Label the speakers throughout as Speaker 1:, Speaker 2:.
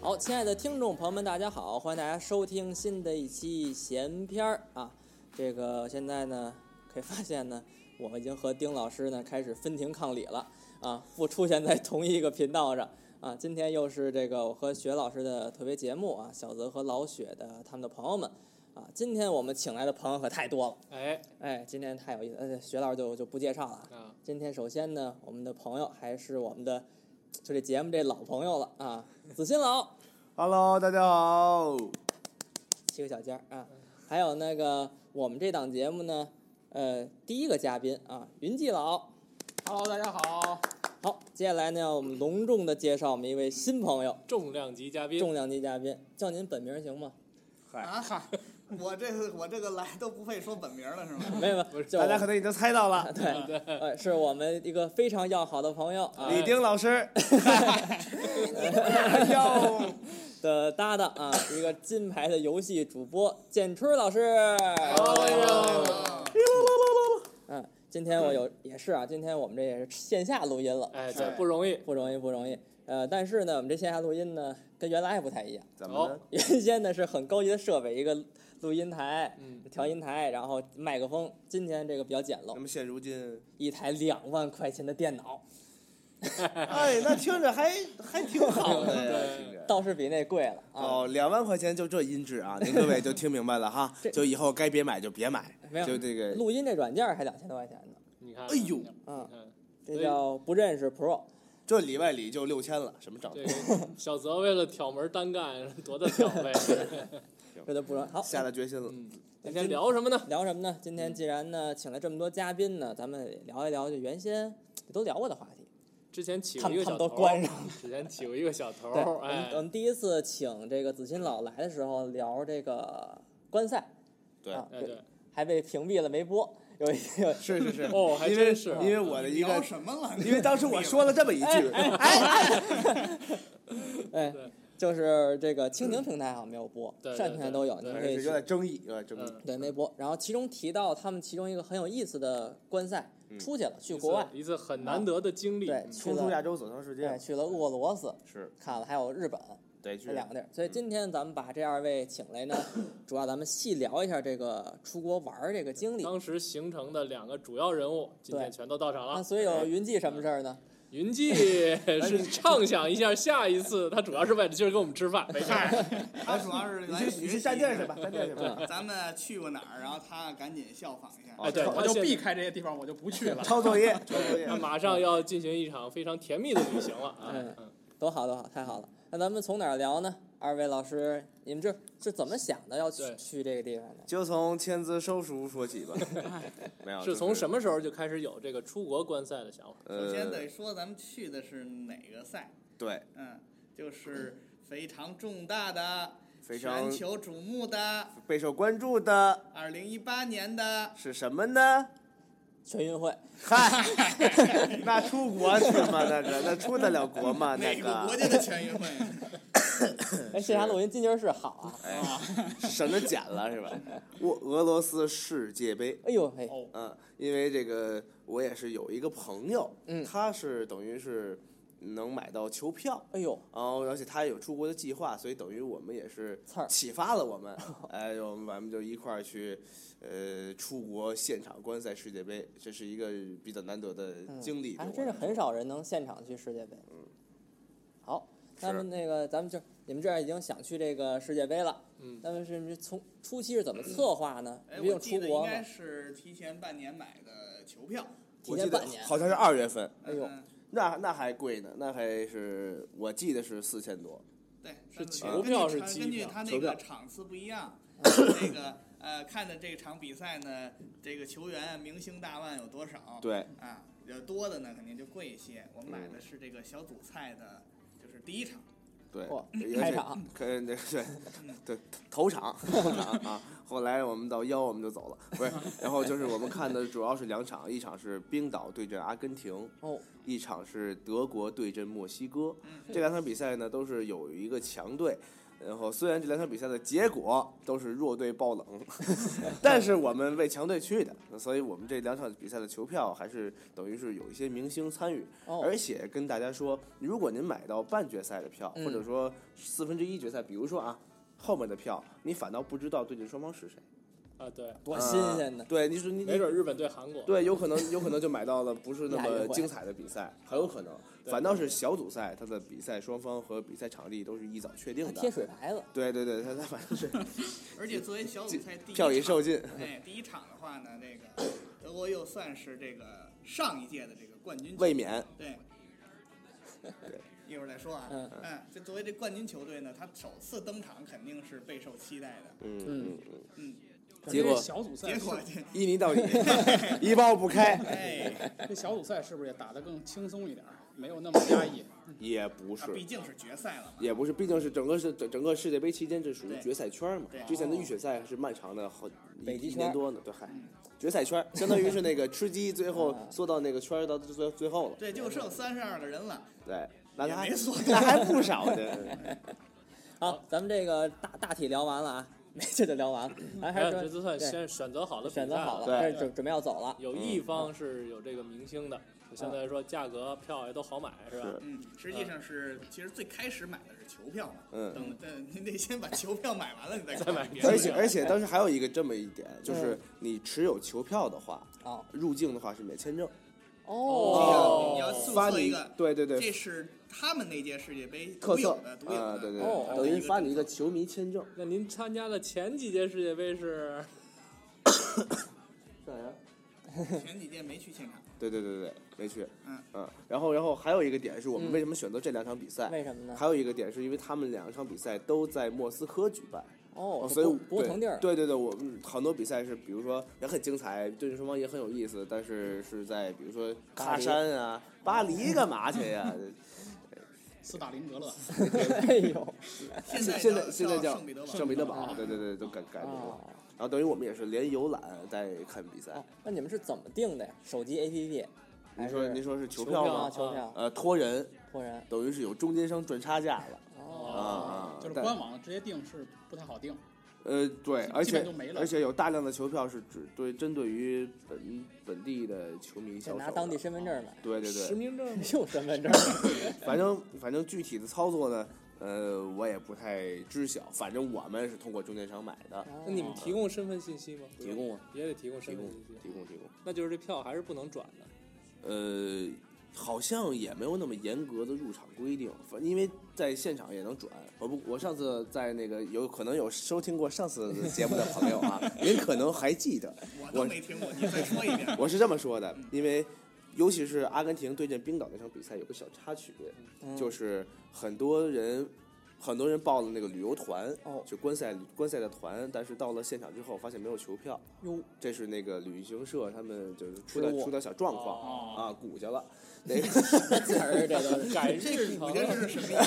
Speaker 1: 好，亲爱的听众朋友们，大家好，欢迎大家收听新的一期闲篇儿啊。这个现在呢，可以发现呢， 我已经和丁老师呢开始分庭抗礼了啊，不出现在同一个频道上啊。今天又是这个我和雪老师的特别节目啊，小泽和老雪的他们的朋友们啊。今天我们请来的朋友可太多了，
Speaker 2: 哎，
Speaker 1: 哎，今天太有意思，呃，雪老师就就不介绍了啊。
Speaker 2: 啊，
Speaker 1: 今天首先呢，我们的朋友还是我们的就这节目这老朋友了啊，子欣老
Speaker 3: Hello，大家好。
Speaker 1: 七个小尖儿啊，还有那个我们这档节目呢，呃，第一个嘉宾啊，云季老。
Speaker 2: Hello，大家好，
Speaker 1: 好，接下来呢，我们隆重的介绍我们一位新朋友，
Speaker 2: 重量级嘉宾，
Speaker 1: 重量级嘉宾，叫您本名行吗？
Speaker 3: 嗨，
Speaker 4: 啊嗨，我这个我这个来都不配说本名了是吗？
Speaker 1: 没有，
Speaker 2: 不是
Speaker 1: 就
Speaker 3: 大家可能已经猜到了，
Speaker 1: 对对，呃是我们一个非常要好的朋友啊
Speaker 3: 李丁老师。
Speaker 2: 哎
Speaker 3: 哟，
Speaker 1: 的搭档啊，一个金牌的游戏主播建春老师。
Speaker 4: 啊
Speaker 2: 哦
Speaker 1: 嗯，今天我有也是啊，今天我们这也是线下录音了，
Speaker 2: 哎，
Speaker 3: 是
Speaker 2: 这不容易，
Speaker 1: 不容易不容易。呃，但是呢，我们这线下录音呢，跟原来还不太一样。
Speaker 3: 怎么了？
Speaker 1: 原先呢是很高级的设备，一个录音台、
Speaker 2: 嗯，
Speaker 1: 调音台，然后麦克风。今天这个比较简
Speaker 3: 那
Speaker 1: 陋，
Speaker 3: 么现如今，
Speaker 1: 一台两万块钱的电脑，
Speaker 3: 哎，那听着还还挺好的呀，
Speaker 2: 对
Speaker 3: 听着。
Speaker 1: 倒是比那贵了啊。
Speaker 3: 哦，两万块钱就这音质啊！您各位就听明白了哈
Speaker 1: 这，
Speaker 3: 就以后该别买就别买
Speaker 1: 没有，
Speaker 3: 就这个。
Speaker 1: 录音这软件还两千多块钱呢，
Speaker 2: 你看，
Speaker 3: 哎呦
Speaker 2: 你
Speaker 1: 嗯
Speaker 2: 看，
Speaker 1: 这叫不认识 Pro。
Speaker 3: 这里外里就六千了，什么涨
Speaker 2: 这？个小泽为了挑门单干，多大挑呗？
Speaker 1: 这就不容易好，
Speaker 3: 下了决心了。
Speaker 2: 嗯，今天聊什么呢？
Speaker 1: 聊什么呢？今天既然呢请来这么多嘉宾呢，咱们也聊一聊就原先都聊过的话题。
Speaker 2: 之前起
Speaker 1: 他
Speaker 2: 过
Speaker 1: 们
Speaker 2: 一个
Speaker 1: 他们
Speaker 2: 小头，
Speaker 1: 都关上。
Speaker 2: 之前起过一个小头
Speaker 1: 对，哦我，们
Speaker 2: 哎
Speaker 1: 我，们第一次请这个子欣老来的时候聊这个观赛，
Speaker 3: 对
Speaker 1: 啊
Speaker 2: 哎对，
Speaker 1: 还被屏蔽了没播。有一 有
Speaker 3: 是是是，
Speaker 2: 哦还
Speaker 3: 因为
Speaker 2: 真是
Speaker 3: 因为我的一
Speaker 4: 聊
Speaker 3: 个，
Speaker 4: 什么了？
Speaker 3: 因为当时我说了这么一句，
Speaker 1: 哎
Speaker 2: 对，
Speaker 1: 就是这个蜻蜓平台好像没有播，
Speaker 2: 对对
Speaker 1: 善平台都有，
Speaker 2: 对
Speaker 1: 您
Speaker 3: 反
Speaker 1: 可
Speaker 3: 正
Speaker 1: 以
Speaker 3: 是
Speaker 1: 去
Speaker 3: 有点争议，有点争议。
Speaker 2: 嗯，
Speaker 1: 对没播。然后其中提到他们其中一个很有意思的观赛
Speaker 3: 嗯
Speaker 1: 出去了，去
Speaker 2: 一次
Speaker 1: 国外，
Speaker 2: 一次很难得的经历，嗯
Speaker 1: 对，去
Speaker 3: 冲出亚
Speaker 1: 了
Speaker 3: 洲走向世界
Speaker 1: 对
Speaker 3: 嘛，
Speaker 1: 去了俄罗斯
Speaker 3: 是
Speaker 1: 看了，还有日本
Speaker 3: 得去
Speaker 1: 这。两个地儿。
Speaker 2: 嗯
Speaker 1: 所以今天咱们把这二位请 来呢，主要咱们细聊一下这个出国玩儿这个经历。
Speaker 2: 当时形成的两个主要人物，今天
Speaker 1: 对
Speaker 2: 全都到场
Speaker 1: 那
Speaker 2: 了。
Speaker 1: 啊所以有云记什么事儿呢？
Speaker 2: 云记是畅想一下下一次，他主要是为了今儿跟我们吃饭，没事
Speaker 4: 他主要是
Speaker 3: 你
Speaker 4: 来
Speaker 3: 去
Speaker 4: 学
Speaker 3: 你
Speaker 4: 习
Speaker 3: 去站地儿去吧，站地儿去吧。
Speaker 4: 咱们去过哪儿，然后他赶紧效仿一下。
Speaker 3: 哦
Speaker 2: 哎对
Speaker 3: 抄
Speaker 2: 我就避
Speaker 5: 开这些地方，我就不去了
Speaker 3: 抄作业，抄作业
Speaker 2: 他。马上要进行一场非常甜蜜的旅行了啊！
Speaker 1: 嗯
Speaker 2: 嗯
Speaker 1: 多好多好，太好了！那咱们从哪儿聊呢？二位老师，你们这是怎么想的要去
Speaker 2: 对
Speaker 1: 去这个地方的？
Speaker 3: 就从签字收书说起吧。没有，
Speaker 2: 是从什
Speaker 3: 么？
Speaker 2: 么时啊候就开始有这个出国观赛的想法？
Speaker 3: 呃
Speaker 4: 首，先得说咱们去的是哪个赛，
Speaker 3: 对，
Speaker 4: 嗯，就是非常重大的、
Speaker 3: 非常
Speaker 4: 全球瞩目的
Speaker 3: 备受关注的
Speaker 4: 二零一八年的
Speaker 3: 是什么呢？
Speaker 1: 全运会，
Speaker 3: 嗨， 那出国去吗？那个，那出得了国 吗？那
Speaker 4: 哪个国家的 全运会？
Speaker 1: 哎，线下录音今儿是好啊！
Speaker 3: 哎，省着捡了是吧？我俄罗斯世界杯。
Speaker 1: 哎呦嘿，
Speaker 2: 哦，
Speaker 3: 嗯，因为这个我也是有一个朋友，
Speaker 1: 嗯
Speaker 3: 他是等于是能买到球票，
Speaker 1: 哎呦，
Speaker 3: 然后哦而且他也有出国的计划，所以等于我们也是
Speaker 1: 刺儿
Speaker 3: 启发了 我们，哎，我们咱们就一块儿去，呃，出国现场观赛世界杯，这是一个比较难得的
Speaker 1: 嗯
Speaker 3: 经历。
Speaker 1: 还
Speaker 3: 对我
Speaker 1: 真是
Speaker 3: 来说
Speaker 1: 很少人能现场去世界杯。嗯，好，那
Speaker 3: 是
Speaker 1: 么那个咱们就你们这儿已经想去这个世界杯了，
Speaker 2: 嗯，
Speaker 1: 那么是你从初期是怎么策划呢？
Speaker 4: 哎，
Speaker 1: 不
Speaker 4: 我
Speaker 1: 用
Speaker 4: 记
Speaker 1: 出
Speaker 4: 得应
Speaker 1: 国啊
Speaker 4: 该
Speaker 1: 吗？
Speaker 4: 是提前半年买的球票。
Speaker 1: 提
Speaker 3: 我记
Speaker 1: 前
Speaker 3: 得
Speaker 1: 半年，
Speaker 3: 好像是二月份，
Speaker 1: 哎呦
Speaker 4: 嗯，
Speaker 3: 那那还贵呢，那还是我记得是四千多，
Speaker 4: 对，
Speaker 2: 是
Speaker 4: 但
Speaker 2: 球票是
Speaker 4: 根据
Speaker 2: 机
Speaker 4: 它
Speaker 2: 票
Speaker 4: 根据他
Speaker 3: 球
Speaker 4: 那
Speaker 3: 票
Speaker 4: 个场次不一 样，这个呃，看的这场比赛呢，这个球员明星大腕有多少？
Speaker 3: 对，
Speaker 4: 啊，有多的呢肯定就贵一些。我买的是这个小组赛的，就是第一场。
Speaker 3: 对
Speaker 1: 嚯，
Speaker 3: 而
Speaker 1: 开
Speaker 3: 且
Speaker 1: 场
Speaker 3: 可对对
Speaker 4: 嗯
Speaker 3: 对头场头场啊，后来我们到腰我们就走了，不是，然后就是我们看的主要是两场，一场是冰岛对阵阿根廷，
Speaker 1: 哦，
Speaker 3: 一场是德国对阵墨西哥
Speaker 4: 嗯，
Speaker 3: 这两场比赛呢都是有一个强队。然后虽然这两场比赛的结果都是弱队爆冷， 但是我们为强队去的，所以我们这两场比赛的球票还是等于是有一些明星参与。
Speaker 1: 哦
Speaker 3: 而且跟大家说，如果您买到半决赛的票，
Speaker 1: 嗯
Speaker 3: 或者说四分之一决赛，比如说啊后面的票，你反倒不知道对阵双方是谁，
Speaker 2: 啊，对，
Speaker 1: 多
Speaker 3: 嗯
Speaker 1: 新鲜
Speaker 3: 呢！
Speaker 1: 呢！
Speaker 3: 对，你说你
Speaker 2: 没
Speaker 3: 你
Speaker 2: 准日本对韩国，
Speaker 3: 对，有可能有可能就买到了不是那
Speaker 1: 亚
Speaker 3: 么
Speaker 1: 运会
Speaker 3: 精彩的比赛，很有可能。
Speaker 2: 对
Speaker 3: 反倒是小组赛，它的比赛双方和比赛场地都是一早确定
Speaker 1: 还贴
Speaker 3: 的。
Speaker 1: 水牌子，
Speaker 3: 对对对，它它反 正是嗯
Speaker 4: 而且作为小组赛第一
Speaker 3: 票已
Speaker 4: 场
Speaker 3: 售罄。
Speaker 4: 哎，第一场的话呢，这个德国又算是这个上一届的这个冠军球队
Speaker 3: 卫冕，
Speaker 4: 对
Speaker 3: 对，
Speaker 4: 一会儿再说啊。
Speaker 1: 嗯
Speaker 4: 嗯，这作为这冠军球队呢，他首次登场肯定是备受期待的。
Speaker 3: 嗯
Speaker 1: 嗯
Speaker 3: 嗯嗯，
Speaker 4: 嗯，
Speaker 2: 感
Speaker 3: 结
Speaker 2: 觉
Speaker 3: 果
Speaker 2: 这小组赛
Speaker 4: 结
Speaker 2: 是，
Speaker 4: 果
Speaker 3: 一泥到底，一包不开，
Speaker 4: 哎，
Speaker 5: 这小组赛是不是也打得更轻松一点儿，没有那么压抑？
Speaker 3: 也不
Speaker 4: 啊
Speaker 3: 是，
Speaker 4: 毕竟是决赛了嘛。
Speaker 3: 也不是，毕竟是整个是整整个世界杯期间，这属于
Speaker 4: 对
Speaker 3: 决赛圈嘛
Speaker 4: 对。哦
Speaker 3: 之前的预选赛是漫长的，好一
Speaker 1: 北极
Speaker 3: 一
Speaker 1: 圈
Speaker 3: 年多呢。对，嗨
Speaker 4: 嗯，
Speaker 3: 决赛圈相当于是那个吃鸡，最后
Speaker 1: 啊
Speaker 3: 缩到那个圈儿到最最后了。
Speaker 4: 对，就剩三十二个人了，
Speaker 3: 对，那
Speaker 4: 也
Speaker 3: 还
Speaker 4: 没缩
Speaker 3: 那 还不少呢。
Speaker 1: 好，咱们这个大大体聊完了啊，没这就聊完了，咱还
Speaker 2: 哎，
Speaker 1: 是
Speaker 2: 这就算
Speaker 1: 对
Speaker 2: 先选择好了比赛，
Speaker 1: 选择好了，
Speaker 3: 对
Speaker 1: 开始准准备要走了。
Speaker 2: 有一方是有这个明星的，就相对来说价格票也都好买，是吧
Speaker 3: 是？
Speaker 4: 嗯，实际上是，其实最开始买的是球票嘛，
Speaker 3: 嗯，
Speaker 4: 等等，您得先把球票买完了，你再
Speaker 2: 再买别的
Speaker 3: 而且而且当时还有一个这么一点，就是
Speaker 4: 嗯
Speaker 3: 你持有球票的话，
Speaker 1: 哦
Speaker 3: 入境的话是免签证，
Speaker 4: 这个
Speaker 1: 哦
Speaker 4: 你要注
Speaker 3: 发
Speaker 4: 册一
Speaker 3: 你
Speaker 4: 个，
Speaker 3: 对对对
Speaker 4: 这，是他们那届世界杯
Speaker 3: 特
Speaker 4: 独
Speaker 3: 色
Speaker 4: 有的独有
Speaker 3: 啊，
Speaker 4: 的，
Speaker 3: 对对
Speaker 1: 哦
Speaker 3: 对，等于发你一个球迷签证。
Speaker 2: 那您参加的前几届世界杯是
Speaker 3: 啥呀？
Speaker 4: 前几届没去现场，
Speaker 3: 对对对对，没去。
Speaker 4: 嗯
Speaker 3: 然后然后还有一个点是我们
Speaker 1: 嗯
Speaker 3: 为什么选择这两场比赛？
Speaker 1: 为什么呢？
Speaker 3: 还有一个点是因为他们两场比赛都在莫斯科举办，
Speaker 1: 哦，
Speaker 3: 所以
Speaker 1: 不不
Speaker 3: 对
Speaker 1: 同地儿，
Speaker 3: 对对对，我们很多比赛是，比如说也很精彩，对阵双方也很有意思，但是是在比如说
Speaker 1: 巴
Speaker 3: 喀
Speaker 1: 黎
Speaker 3: 山啊、巴黎干嘛去 呀、
Speaker 5: 斯大林格勒，
Speaker 1: 哎呦，
Speaker 4: 现在
Speaker 3: 现在现在
Speaker 4: 叫
Speaker 3: 叫
Speaker 4: 圣彼得堡，
Speaker 3: 圣彼得堡，
Speaker 5: 啊
Speaker 3: 对对对，都改改名了。
Speaker 1: 哦
Speaker 3: 然后等于我们也是连游览带看比赛
Speaker 1: 哦。，那你们是怎么定的呀？手机 APP？
Speaker 3: 您
Speaker 1: 还
Speaker 3: 说
Speaker 1: 是
Speaker 3: 您说是球
Speaker 2: 球
Speaker 3: 票
Speaker 2: 票
Speaker 1: 啊，
Speaker 3: 吗？
Speaker 1: 球票，
Speaker 3: 呃，托人
Speaker 1: 托人
Speaker 3: 等于是有中间商赚差价了啊
Speaker 1: 哦，
Speaker 3: 啊！
Speaker 5: 就是
Speaker 3: 但
Speaker 5: 官网直接定是不太好定。
Speaker 3: 呃，对，
Speaker 5: 基
Speaker 3: 而
Speaker 5: 基本
Speaker 3: 且
Speaker 5: 就没了
Speaker 3: 而且有大量的球票是只对针对于本本地的球迷销
Speaker 1: 就
Speaker 3: 售
Speaker 1: 拿
Speaker 3: 的。啊
Speaker 1: 当地身份证买，
Speaker 3: 对对
Speaker 2: 实
Speaker 3: 对，
Speaker 2: 名证吗？
Speaker 1: 又身份 证，
Speaker 3: 反正反正具体的操作呢，呃，我也不太知晓。反正我们是通过中间商买的，
Speaker 1: 哦
Speaker 2: 那你们提供身份信息吗？
Speaker 3: 提供啊，
Speaker 2: 也得提供
Speaker 3: 提
Speaker 2: 身份
Speaker 3: 供
Speaker 2: 信息，
Speaker 3: 提供提供。
Speaker 2: 那就是这票还是不能转的。
Speaker 3: 呃，好像也没有那么严格的入场规定，反因为在现场也能转。我不，我上次在那个有可能有收听过上次节目的朋友 啊，您可能还记得，
Speaker 4: 我都没听过，你再说一遍。
Speaker 3: 我是这么说的，因为尤其是阿根廷对阵冰岛那场比赛有个小插曲，
Speaker 1: 嗯
Speaker 3: 就是很多人。很多人报了那个旅游团，
Speaker 1: 哦
Speaker 3: 就观赛观赛的团，但是到了现场之后发现没有球票，
Speaker 1: 哟，
Speaker 3: 这是那个旅行社他们就是出点
Speaker 1: 失误
Speaker 3: 出点小状况、
Speaker 2: 哦
Speaker 3: 啊，鼓去了，那个
Speaker 1: 词儿这都 是
Speaker 2: 改
Speaker 4: 这
Speaker 2: 制
Speaker 4: 个
Speaker 2: 成
Speaker 4: 我觉得是什么意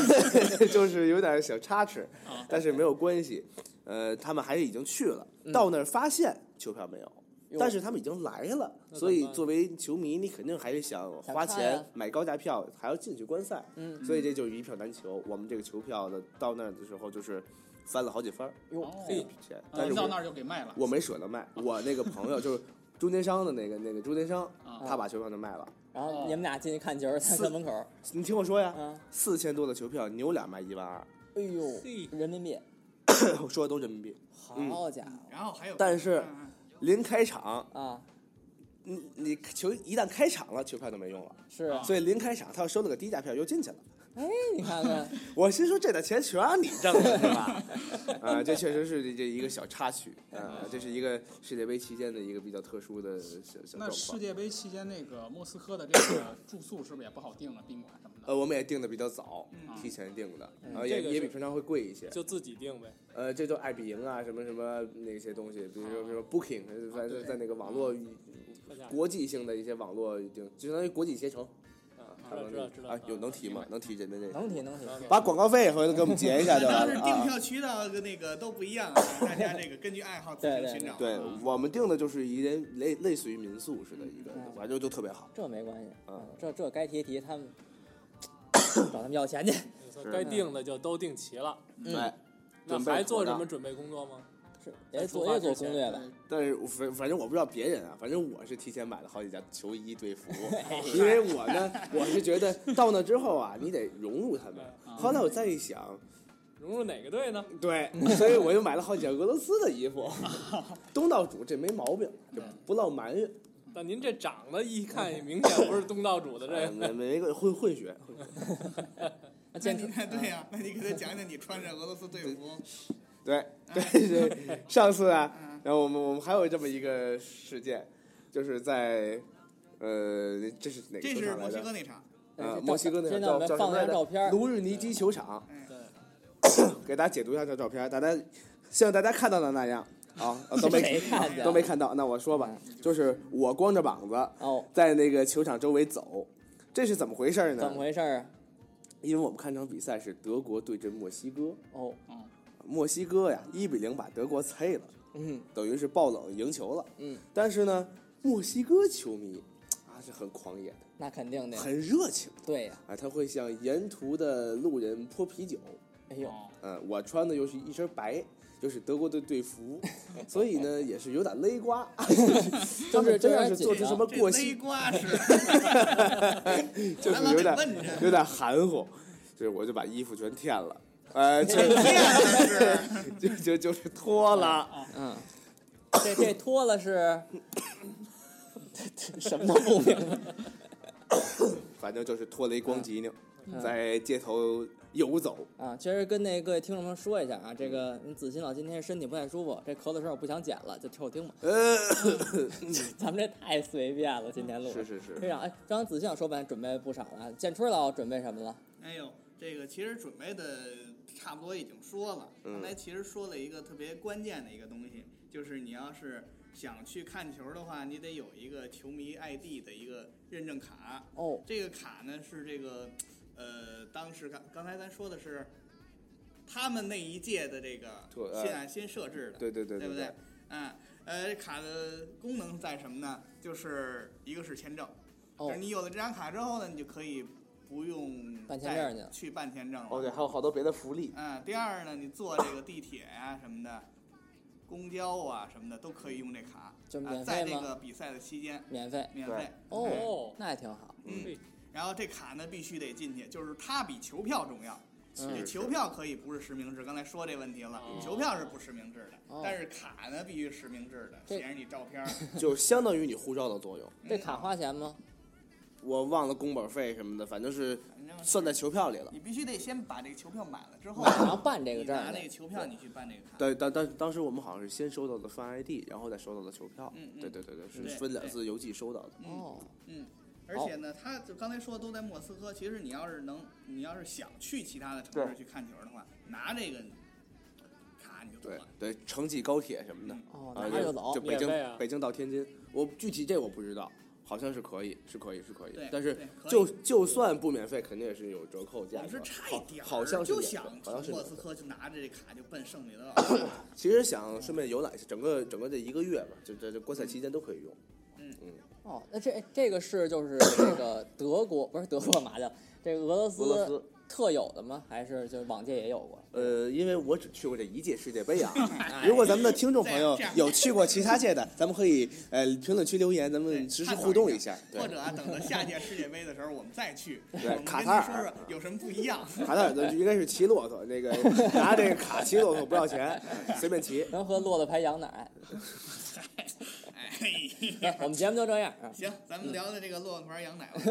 Speaker 4: 思？
Speaker 3: 就是有点小插曲，但是没有关系。呃，他们还是已经去了，到那儿发现球票没有。
Speaker 1: 嗯哟
Speaker 3: 但是他们已经来了，
Speaker 2: 那
Speaker 3: 所
Speaker 2: 怎
Speaker 3: 以
Speaker 2: 么办
Speaker 3: 作为球迷，你肯定还是想
Speaker 1: 想
Speaker 3: 花
Speaker 1: 看
Speaker 3: 钱
Speaker 1: 呀
Speaker 3: 买高价票，还要进去观赛。
Speaker 1: 嗯，
Speaker 3: 所以这就是一票难求。我们这个球票的到那儿的时候，就是翻了好几番儿
Speaker 1: 哟，
Speaker 5: 哦
Speaker 3: 这一笔钱，但
Speaker 5: 呃
Speaker 3: 是
Speaker 5: 到
Speaker 3: 我
Speaker 5: 那儿就给卖了。
Speaker 3: 我没舍得卖，我那个朋友就是中间商的那个那个中间商，
Speaker 5: 啊
Speaker 3: 他把球票就卖了。
Speaker 1: 然后你们俩进去看球，他
Speaker 3: 四
Speaker 1: 在门口，
Speaker 3: 你听我说呀，
Speaker 1: 啊，
Speaker 3: 四千多的球票，扭脸卖一万二，
Speaker 1: 哎呦
Speaker 2: 嘿，
Speaker 1: 人民币，
Speaker 3: 我说的都人民币。
Speaker 1: 好家伙
Speaker 4: 然后还有，
Speaker 3: 但是
Speaker 4: 嗯
Speaker 3: 临开场，
Speaker 1: 啊，
Speaker 3: 你你球一旦开场了，球票就没用了，
Speaker 1: 是啊，
Speaker 3: 所以临开场他又收了个低价票又进去了。
Speaker 1: 哎，你看 看，
Speaker 3: 我心说这点钱全让你挣的是吧？ 啊、这确实是这一个小插曲啊、这是一个世界杯期间的一个比较特殊的小小
Speaker 5: 那
Speaker 3: 状
Speaker 5: 世
Speaker 3: 况。
Speaker 5: 界杯期间那个莫斯科的这 个住宿是不是也不好定了？宾馆什么的？
Speaker 3: 呃，我们也定的比较早，
Speaker 4: 嗯
Speaker 3: 提前定的，
Speaker 1: 嗯
Speaker 3: 啊、也
Speaker 2: 这个是
Speaker 3: 也比平常会贵一些。
Speaker 2: 就自己定呗。
Speaker 3: 呃，这就爱彼迎啊，什么什么那些东西，比如
Speaker 2: 啊
Speaker 3: 说比如说 Booking，反正在那个网络
Speaker 2: 看价格
Speaker 3: 国际性的一些网络订，就相当于国际携程。
Speaker 2: 啊，
Speaker 3: 差
Speaker 2: 知
Speaker 3: 不
Speaker 2: 道知道
Speaker 3: 多
Speaker 2: 知道
Speaker 3: 啊，有能提吗？能提这边这个。
Speaker 1: 能提能提，
Speaker 3: 把广告费回头给我们结一下就完
Speaker 4: 当时
Speaker 3: 了
Speaker 4: 订
Speaker 3: 啊。
Speaker 4: 票渠道跟那个都不一样啊，大家这个根据爱好自行寻找。啊
Speaker 3: 对我们订的就是一类类类似于民宿似的一个
Speaker 1: 嗯，
Speaker 3: 反正就特别好。
Speaker 1: 这没关系，
Speaker 3: 嗯
Speaker 1: 嗯这这该提提他 们，找他们要钱去，
Speaker 2: 没错该定的就都定齐了。
Speaker 1: 嗯
Speaker 3: 哎，
Speaker 2: 那
Speaker 3: 准备
Speaker 2: 还做
Speaker 3: 妥
Speaker 2: 什
Speaker 3: 当
Speaker 2: 么准备工作吗？
Speaker 1: 是
Speaker 2: 在
Speaker 1: 也
Speaker 2: 出
Speaker 1: 做
Speaker 2: 发
Speaker 1: 也
Speaker 2: 之
Speaker 1: 做攻
Speaker 2: 前
Speaker 1: 略
Speaker 5: 对
Speaker 1: 吧，
Speaker 3: 但是我反反正我不知道别人啊，反正我是提前买了好几件球衣队服，因为我呢，我是觉得到那之后啊，你得融入他们。
Speaker 5: 啊
Speaker 3: 后来我再一想，
Speaker 2: 融入哪个队呢？
Speaker 3: 对，所以我又买了好几件俄罗斯的衣服。东道主这没毛病，就不落埋怨，
Speaker 2: 但您这长得一看，明显不是东道主的这
Speaker 3: 哎
Speaker 2: 个。
Speaker 3: 没没个混混血，
Speaker 1: 那
Speaker 4: 那
Speaker 1: 健
Speaker 4: 你
Speaker 1: 康
Speaker 4: 看，对呀、
Speaker 3: 啊
Speaker 4: 那你给他讲讲你穿着俄罗斯队服，
Speaker 3: 对对对，上次啊
Speaker 4: 嗯，
Speaker 3: 然后我们我们还有这么一个事件，就是在呃，这是哪个
Speaker 4: 这
Speaker 3: 球
Speaker 4: 是
Speaker 3: 场来
Speaker 4: 墨西
Speaker 3: 着
Speaker 4: 哥？那场，
Speaker 3: 呃，
Speaker 1: 这
Speaker 3: 墨西哥那
Speaker 1: 现
Speaker 3: 场
Speaker 1: 在我们
Speaker 3: 叫叫什
Speaker 1: 放
Speaker 3: 么
Speaker 1: 一
Speaker 3: 来
Speaker 1: 下
Speaker 3: 着
Speaker 1: 照片儿，
Speaker 3: 卢日尼基球场，
Speaker 4: 嗯，
Speaker 5: 对，
Speaker 3: 给大家解读一下这照片，大家像大家看到的那样啊，啊都没
Speaker 1: 谁看的？嗯
Speaker 3: 都没看到。那我说吧，就是我光着膀子
Speaker 1: 哦，
Speaker 3: 在那个球场周围走，这是怎么回事
Speaker 1: 怎么
Speaker 3: 呢？
Speaker 1: 回事儿啊？
Speaker 3: 因为我们看场比赛是德国对阵墨西哥，
Speaker 1: 哦，
Speaker 3: 墨西哥呀一比零把德国菜了，
Speaker 1: 嗯，
Speaker 3: 等于是爆冷赢球了。
Speaker 1: 嗯，
Speaker 3: 但是呢，墨西哥球迷啊是很狂野的，
Speaker 1: 那肯定的，
Speaker 3: 很热情
Speaker 1: 对呀。
Speaker 3: 啊，他会向沿途的路人泼啤酒。
Speaker 1: 哎呦，
Speaker 5: 哦
Speaker 3: 嗯，我穿的又是一身白，又是德国队队 服，所以呢也是有点勒瓜，
Speaker 1: 就是
Speaker 3: 真
Speaker 1: 有
Speaker 3: 要
Speaker 1: 点
Speaker 3: 是
Speaker 1: 紧
Speaker 3: 做出
Speaker 1: 张
Speaker 3: 什么
Speaker 4: 这
Speaker 3: 过
Speaker 4: 勒
Speaker 3: 膝，
Speaker 4: 瓜是，
Speaker 3: 就是
Speaker 4: 完了
Speaker 3: 有
Speaker 4: 得
Speaker 3: 点
Speaker 4: 问着
Speaker 3: 有点含糊，所以我就把衣服全添了， 呃，就
Speaker 4: 这是
Speaker 3: 就就就是脱了，
Speaker 1: 嗯，这这脱了是什么不明白？
Speaker 3: 反正就是脱了一光脊呢，
Speaker 1: 嗯
Speaker 3: 在街头游走，
Speaker 1: 啊，其实跟那各位听众们说一下啊，这个你子欣老今天身体不太舒服，这咳嗽声我不想剪了，就听我听吧。
Speaker 3: 呃，
Speaker 4: 嗯
Speaker 1: 咱们这太随便了，今天录
Speaker 3: 是是是，
Speaker 1: 非常哎，刚刚子欣老说完准备不少了，啊建春老准备什么了？
Speaker 4: 哎呦，这个其实准备的差不多已经说了，
Speaker 3: 嗯
Speaker 4: 刚才其实说了一个特别关键的一个东西，就是你要是想去看球的话，你得有一个球迷 ID 的一个认证卡，
Speaker 1: 哦，
Speaker 4: 这个卡呢是这个，呃，当时刚刚才咱说的是，他们那一届的这个
Speaker 3: 对呃
Speaker 4: 先按先设置的，
Speaker 3: 对对对
Speaker 4: 不
Speaker 3: 对
Speaker 4: 对？嗯，呃，这卡的功能在什么呢？就是一个是签证，
Speaker 1: 哦
Speaker 4: 就是你有了这张卡之后呢，你就可以不用
Speaker 1: 办签证去了
Speaker 4: 再去办签证了。
Speaker 3: 哦对，还有好多别的福利，
Speaker 4: 嗯，第二呢，你坐这个地铁呀、什么的，公交啊什么的都可以用这卡，
Speaker 1: 就
Speaker 4: 啊
Speaker 1: 免费
Speaker 4: 在这
Speaker 1: 吗
Speaker 4: 个比赛的期间
Speaker 1: 免费
Speaker 4: 免
Speaker 3: 对
Speaker 4: 费。
Speaker 1: 哦
Speaker 4: 对
Speaker 2: 哦，
Speaker 1: 那也挺好。
Speaker 4: 嗯，然后这卡呢必须得进去，就是它比球票重要。
Speaker 1: 嗯
Speaker 4: 这球票可以不是实名制，刚才说这问题了，
Speaker 2: 哦
Speaker 4: 球票是不实名制的，
Speaker 1: 哦
Speaker 4: 但是卡呢必须实名制的，
Speaker 1: 这
Speaker 4: 显示你照片儿。嗯
Speaker 3: 就相当于你护照的作用。
Speaker 1: 这卡花钱吗？
Speaker 3: 我忘了工本费什么的，反正是
Speaker 4: 反正
Speaker 3: 算在球票里了。
Speaker 4: 你必须得先把这个球票买了之后，
Speaker 1: 我要办这个
Speaker 4: 你
Speaker 1: 证
Speaker 4: 拿
Speaker 1: 儿
Speaker 4: 那个
Speaker 1: 呢。
Speaker 4: 球票你去办这个卡。
Speaker 3: 对，当当当时我们好像是先收到的fan ID，然后再收到的球票。
Speaker 4: 嗯嗯
Speaker 3: 对对对对，是
Speaker 4: 对
Speaker 3: 分两
Speaker 4: 对
Speaker 3: 次邮寄收到的。
Speaker 4: 嗯，
Speaker 1: 哦，
Speaker 4: 而且呢，他就刚才说都在莫斯科，其实你要是能，你要是想去其他的城市去看球的话，拿这个卡你就走
Speaker 3: 对
Speaker 4: 了。
Speaker 3: 对，乘几高铁什么的，
Speaker 1: 哦，
Speaker 3: 啊
Speaker 1: 拿着就走
Speaker 3: 就。北
Speaker 2: 免
Speaker 3: 京
Speaker 2: 费啊
Speaker 3: 北京到天津，我具体这我不知道，好像是可以，是可以，是可以
Speaker 4: 对，，
Speaker 3: 但是
Speaker 4: 对可以
Speaker 3: 就就算不免费，肯定也是有折扣
Speaker 4: 我
Speaker 3: 价
Speaker 4: 们
Speaker 3: 格
Speaker 4: 是
Speaker 3: 的。
Speaker 4: 差一
Speaker 3: 好
Speaker 4: 点儿，
Speaker 3: 好像是
Speaker 4: 就
Speaker 3: 免费
Speaker 4: 想
Speaker 3: 好
Speaker 4: 从
Speaker 3: 像是
Speaker 4: 莫
Speaker 3: 免
Speaker 4: 斯
Speaker 3: 费。
Speaker 4: 科就拿着这卡就奔圣彼得堡。
Speaker 3: 其实想顺便游览一下整个整个这一个月吧，就这这观赛期间都可以用。
Speaker 1: 哦，那这这个是 就是这个德国不是德国嘛的，这个俄罗
Speaker 3: 俄
Speaker 1: 斯
Speaker 3: 罗斯，
Speaker 1: 特有的吗？还是就是往届也有过？
Speaker 4: 嗯
Speaker 1: 哎
Speaker 3: 呃，因为我只去过这一届世界杯 啊。如果咱们的听众朋友
Speaker 4: 哎这样这样
Speaker 3: 有去过其他届的，咱们可以呃评论区留言，咱们实时互动一下。对
Speaker 4: 或，者啊，等到下届世界杯的时候，我们再去，我
Speaker 3: 对
Speaker 4: 们跟
Speaker 3: 卡
Speaker 4: 您
Speaker 3: 塔
Speaker 4: 说
Speaker 3: 尔
Speaker 4: 说有什么不一样。
Speaker 3: 卡塔尔的应该是骑骆驼，那 个拿这个卡骑骆驼不要钱，随便骑。
Speaker 1: 能喝骆驼牌羊奶。
Speaker 4: 哎，
Speaker 1: 哎我们节目就这样啊。
Speaker 4: 行，咱们聊聊这个骆驼牌羊奶吧。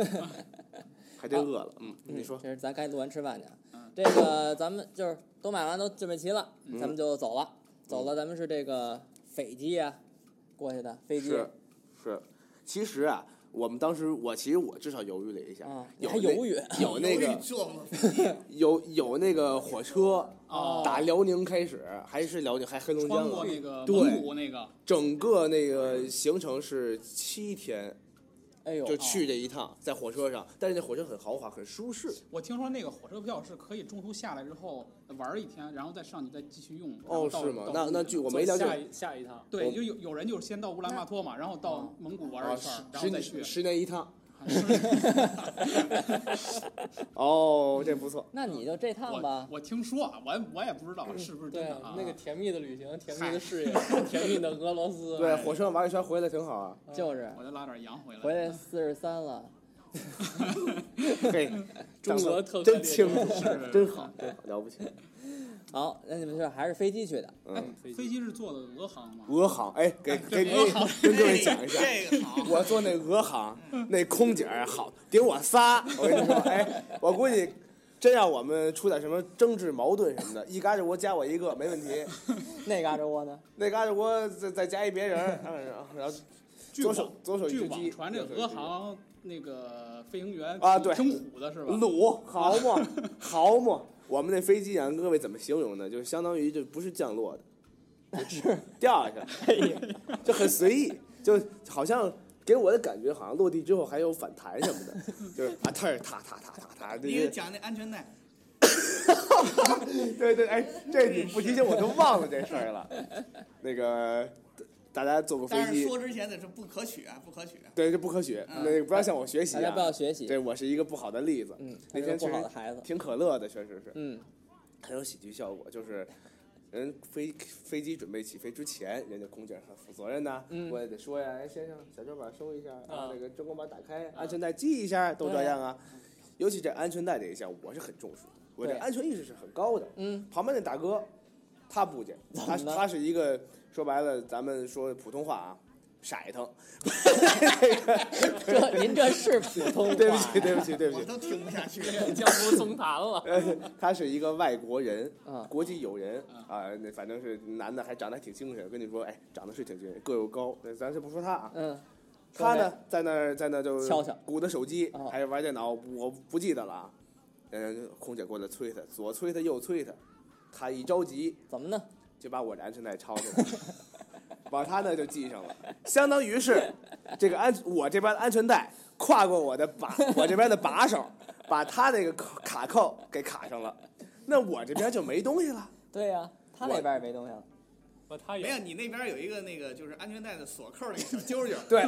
Speaker 3: 嗯 还真饿了，嗯，你说
Speaker 1: 这是咱该录完吃饭去啊
Speaker 4: 嗯。
Speaker 1: 这个咱们就是都买完都准备齐了，
Speaker 3: 嗯
Speaker 1: 咱们就走了。走了，咱们是这个斐济啊过去的飞机。
Speaker 3: 是是，其实啊，我们当时我其实我至少犹豫了一下
Speaker 1: 啊，，你
Speaker 3: 有
Speaker 1: 还
Speaker 3: 那
Speaker 1: 犹豫？
Speaker 3: 有那
Speaker 4: 犹豫
Speaker 3: 个
Speaker 4: 坐不
Speaker 3: 有有那个火车
Speaker 5: 哦
Speaker 3: 打辽宁开始，还是辽宁还黑龙江
Speaker 5: 穿过
Speaker 3: 啊，
Speaker 5: 那个
Speaker 3: 对
Speaker 5: 蒙古那个，
Speaker 3: 整个那个行程是七天。
Speaker 1: 哎呦
Speaker 3: 就，去这一趟，在火车上，但是那火车很豪华，很舒适。
Speaker 5: 我听说那个火车票是可以中途下来之后玩一天，然后再上去再继续用。然后
Speaker 3: 哦，
Speaker 5: 到
Speaker 3: 是吗
Speaker 5: 到？
Speaker 3: 那
Speaker 5: 蒙古
Speaker 3: 那据我
Speaker 2: 我
Speaker 3: 没了
Speaker 2: 下
Speaker 3: 解，
Speaker 2: 一下一趟，
Speaker 5: 对，
Speaker 3: 我
Speaker 5: 就有有人就是先到乌兰巴托嘛，然后到蒙古玩
Speaker 3: 啊，
Speaker 5: 一圈
Speaker 3: 十
Speaker 5: 儿，然后再
Speaker 3: 十
Speaker 5: 去。
Speaker 3: 十年一趟，
Speaker 5: 看 是
Speaker 6: 哦，这不错。
Speaker 1: 那你就这趟吧
Speaker 5: 我。我听说啊，我也我也不知
Speaker 3: 嗯
Speaker 5: 道是不是
Speaker 2: 对
Speaker 5: 真的啊。
Speaker 2: 那 个甜蜜的旅行，甜蜜的事业，甜蜜的俄罗斯，啊
Speaker 3: 对，火车上玩一圈回来挺好啊。
Speaker 1: 就是
Speaker 5: 我再拉点羊回来。嗯
Speaker 1: 回来四十三了，
Speaker 3: 嘿，
Speaker 2: 中
Speaker 3: 长
Speaker 2: 俄
Speaker 3: 得
Speaker 2: 特快
Speaker 3: 真
Speaker 2: 列
Speaker 3: 清
Speaker 2: 车
Speaker 3: 楚，真好，真好，了不起。
Speaker 1: 好，那你们是还是飞机去的？
Speaker 3: 嗯，
Speaker 5: 飞机是坐的俄航吗？
Speaker 3: 俄航，哎，给给
Speaker 5: 俄
Speaker 3: 你跟各位讲一下，
Speaker 4: 这个好，
Speaker 3: 我坐那俄航，
Speaker 5: 嗯
Speaker 3: 那空姐儿好，给我仨，我跟你说， 哎，我估计真让我们出点什么争执矛盾什么的，一嘎吱窝加我一个没问题，
Speaker 1: 那嘎吱窝呢？
Speaker 3: 那嘎吱窝再再加一别人儿，嗯然后然后
Speaker 5: 据
Speaker 3: 左
Speaker 5: 网
Speaker 3: 手左手一
Speaker 5: 据
Speaker 3: 只
Speaker 5: 网
Speaker 3: 鸡，
Speaker 5: 传这
Speaker 3: 右手一只
Speaker 5: 俄航那个飞行员
Speaker 3: 啊
Speaker 5: 挺
Speaker 3: 对
Speaker 5: 挺虎的是吧？
Speaker 3: 鲁 豪嘛豪嘛，我们那飞机啊，各位怎么形容呢？就是相当于就不是降落的，就是掉下
Speaker 1: 哎
Speaker 3: 去了，就很随意，就好像。给我的感觉好像落地之后还有反弹什么 的，就是啊，踏儿踏踏踏踏踏，
Speaker 4: 你
Speaker 3: 对
Speaker 4: 给
Speaker 3: 对
Speaker 4: 讲那安全带，
Speaker 3: 对对，哎，这你不提醒我都忘了这事儿 了。那个大家坐过飞
Speaker 4: 但是
Speaker 3: 机，
Speaker 4: 说之前的是不可取啊，不可取啊。
Speaker 3: 对，这不科学，那个不要向我学习
Speaker 1: 嗯大家
Speaker 3: 啊
Speaker 1: 不。要学习。
Speaker 3: 对，我是一个不好的例子。
Speaker 1: 嗯，
Speaker 3: 那天
Speaker 1: 不
Speaker 3: 确
Speaker 1: 好的
Speaker 3: 实
Speaker 1: 孩子。
Speaker 3: 挺可乐的，确实是。
Speaker 1: 嗯，
Speaker 3: 很有喜剧效果，就是人飞飞机准备起飞之前，人家空姐很负责任呐、
Speaker 1: 嗯啊
Speaker 3: 我也得说呀，哎先生，小桌板收一下，然后那个遮光板打开，
Speaker 2: 啊
Speaker 3: 安全带系一下，都这
Speaker 1: 对
Speaker 3: 样啊。尤其这安全带这一项，我是很重视的，我这
Speaker 1: 对
Speaker 3: 安全意识是很高的。
Speaker 1: 嗯，
Speaker 3: 旁边那大哥，他不介，他
Speaker 1: 怎么了
Speaker 3: 他是一个说白了，咱们说普通话啊，色 腾。
Speaker 1: 这您这是普通话。
Speaker 3: 对不起，对不起，对不
Speaker 4: 我
Speaker 3: 起，
Speaker 4: 都听不下去。
Speaker 2: 江湖松谈了，
Speaker 3: 他是一个外国人，
Speaker 1: 啊
Speaker 3: 国际友人啊，那反正是男的，还长得还挺精神。跟你说，哎，长得是挺精神，个又高。那咱就不说他啊，
Speaker 1: 嗯，
Speaker 3: 他呢在那儿在那儿就
Speaker 1: 敲敲
Speaker 3: 鼓着手机
Speaker 1: 哦，
Speaker 3: 还是玩电脑，我不记得了啊。嗯，空姐过来催他，左催他右催他，他一着急
Speaker 1: 怎么呢？
Speaker 3: 就把我的安全带抄起来了，把他呢就系上了，相当于是这个安我这边的安全带跨过我的把我这边的把手，把他那个卡卡扣给卡上了，那我这边就没东西了。
Speaker 1: 对呀、他那边也没东西了。
Speaker 2: 我他
Speaker 4: 没
Speaker 2: 也
Speaker 4: 有，你那边有一个那个就是安全带的锁扣那个小揪揪，
Speaker 3: 对，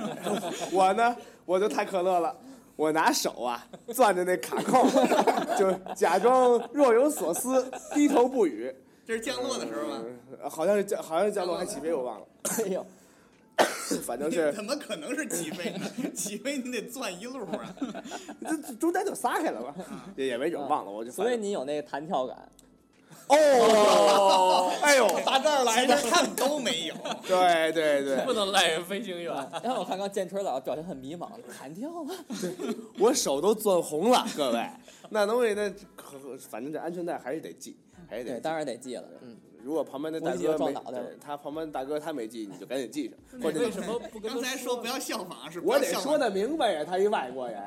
Speaker 3: 我呢，我就太可乐了。我拿手啊攥着那卡扣，就假装若有所思，低头不语。
Speaker 4: 这是降落的时候吗？
Speaker 3: 嗯，好像是降，好像是降落还起飞，我忘了，
Speaker 1: 哎呦，
Speaker 3: 反正是
Speaker 4: 怎么可能是起飞呢？起飞你得钻一路啊！
Speaker 3: 这这中间就撒开了吧，也也没准忘了，我就反
Speaker 1: 所以
Speaker 3: 正
Speaker 1: 你有那个弹跳感。
Speaker 3: 哦， 哎呦，
Speaker 4: 打这儿来的，他们都没有。
Speaker 3: 对对对，
Speaker 2: 不能赖人飞行 员。
Speaker 1: 啊然后我看刚建春老师表情很迷茫，弹跳吗？
Speaker 3: 我手都攥红了，各位，那东西那可反正这安全带还是得系，还是得
Speaker 1: 对，
Speaker 3: 系。
Speaker 1: 当然得记了。嗯，
Speaker 3: 如果旁边那大
Speaker 1: 我一记就
Speaker 3: 哥
Speaker 1: 撞
Speaker 3: 没
Speaker 1: 脑袋了
Speaker 3: 对他旁边大哥他没系，你就赶紧系上，或者
Speaker 2: 为 什么不跟他
Speaker 4: 刚才说不要效仿，是不
Speaker 3: 我
Speaker 4: 要
Speaker 3: 得
Speaker 4: 效
Speaker 3: 说
Speaker 4: 仿。
Speaker 3: 的明白呀，他一外国人，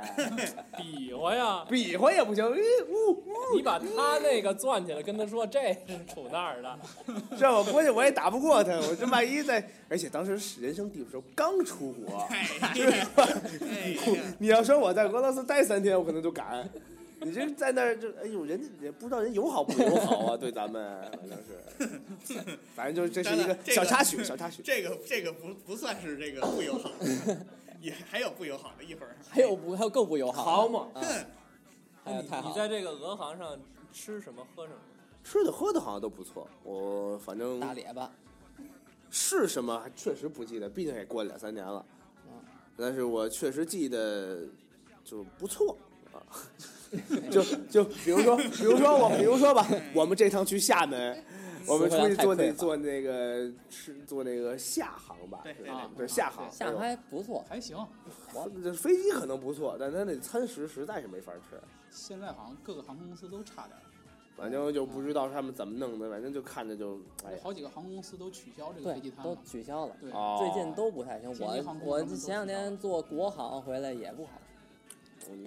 Speaker 2: 比划呀？
Speaker 3: 比划也不行，哎呜，
Speaker 2: 你把他那个攥起来，跟他说这是杵那儿的，
Speaker 3: 这我估计我也打不过他，我这万一在，而且当时是人生地不熟，刚出国。
Speaker 4: 哎呀，哎呀，
Speaker 3: 你要说我在俄罗斯待三天，我可能就敢。你这在那儿就哎呦，人家也不知道人友好不友好啊，对咱们反正是，反正就是这是一
Speaker 4: 当然
Speaker 3: 个
Speaker 4: 了这个
Speaker 3: 小插曲，小插曲。
Speaker 4: 这个这个不不算是这个不友好，也还有不友好的一会儿。
Speaker 1: 还有不还有更不友好。啊
Speaker 3: 好嘛，
Speaker 1: 哎呀，太
Speaker 2: 你
Speaker 1: 好
Speaker 2: 你
Speaker 1: 了。
Speaker 2: 在这个俄航上吃什么喝什么？
Speaker 3: 吃的喝的好像都不错，我反正
Speaker 1: 大咧巴，
Speaker 3: 是什么还确实不记得，毕竟也过了两三年了。啊但是我确实记得就不错啊， 就就比如说，比如说我，比如说吧，我们这趟去厦门，我们出去坐那坐那个吃坐那个厦航吧，
Speaker 4: 对对
Speaker 3: 是吧
Speaker 5: 对
Speaker 3: 对厦航，
Speaker 1: 下还不错。
Speaker 5: 还行，
Speaker 3: 这飞机可能不错，但它那餐食实在是没法吃，
Speaker 5: 现在好像各个航空公司都差点儿，
Speaker 3: 反正就不知道他们怎么弄的，反正就看着就哎
Speaker 5: 有
Speaker 3: 呀，
Speaker 5: 好几个航空公司都取消这个
Speaker 1: 对
Speaker 5: 飞机，餐
Speaker 1: 都
Speaker 5: 了。
Speaker 1: 取消了。
Speaker 5: 对，
Speaker 3: 哦
Speaker 1: 最近都不太行，
Speaker 5: 天津航
Speaker 1: 我
Speaker 5: 空
Speaker 1: 我
Speaker 5: 他们都
Speaker 1: 前两
Speaker 5: 取消
Speaker 1: 天坐国航回来也不好，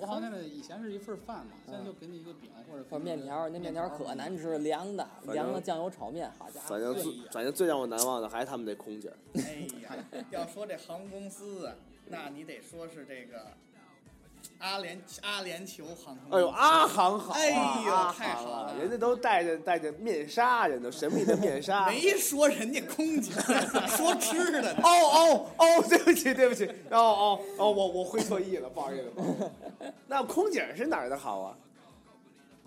Speaker 5: 我好像
Speaker 3: 哦
Speaker 5: 那个以前是一份饭嘛，现在就给你一个饼或者
Speaker 1: 嗯或者面条，那面条可难吃，凉的，
Speaker 3: 正
Speaker 1: 凉的酱油炒面，好家
Speaker 3: 反
Speaker 1: 伙，
Speaker 3: 正最反正最让我难忘的还是他们那空姐儿，
Speaker 4: 哎呀，要说这航空公司啊，那你得说是这个阿阿联阿联酋航空公司。
Speaker 3: 哎呦，阿航好啊，
Speaker 4: 哎呦
Speaker 3: 阿
Speaker 4: 太
Speaker 3: 航
Speaker 4: 好
Speaker 3: 啊
Speaker 4: 了
Speaker 3: 人家都戴着戴着面纱，人都神秘的面纱。
Speaker 4: 没说人家 空姐，说吃的呢
Speaker 3: 哦。哦 哦，对不起对不起，哦哦哦，我我会错意了，不好意思。不好意思 那空姐是哪儿的好啊？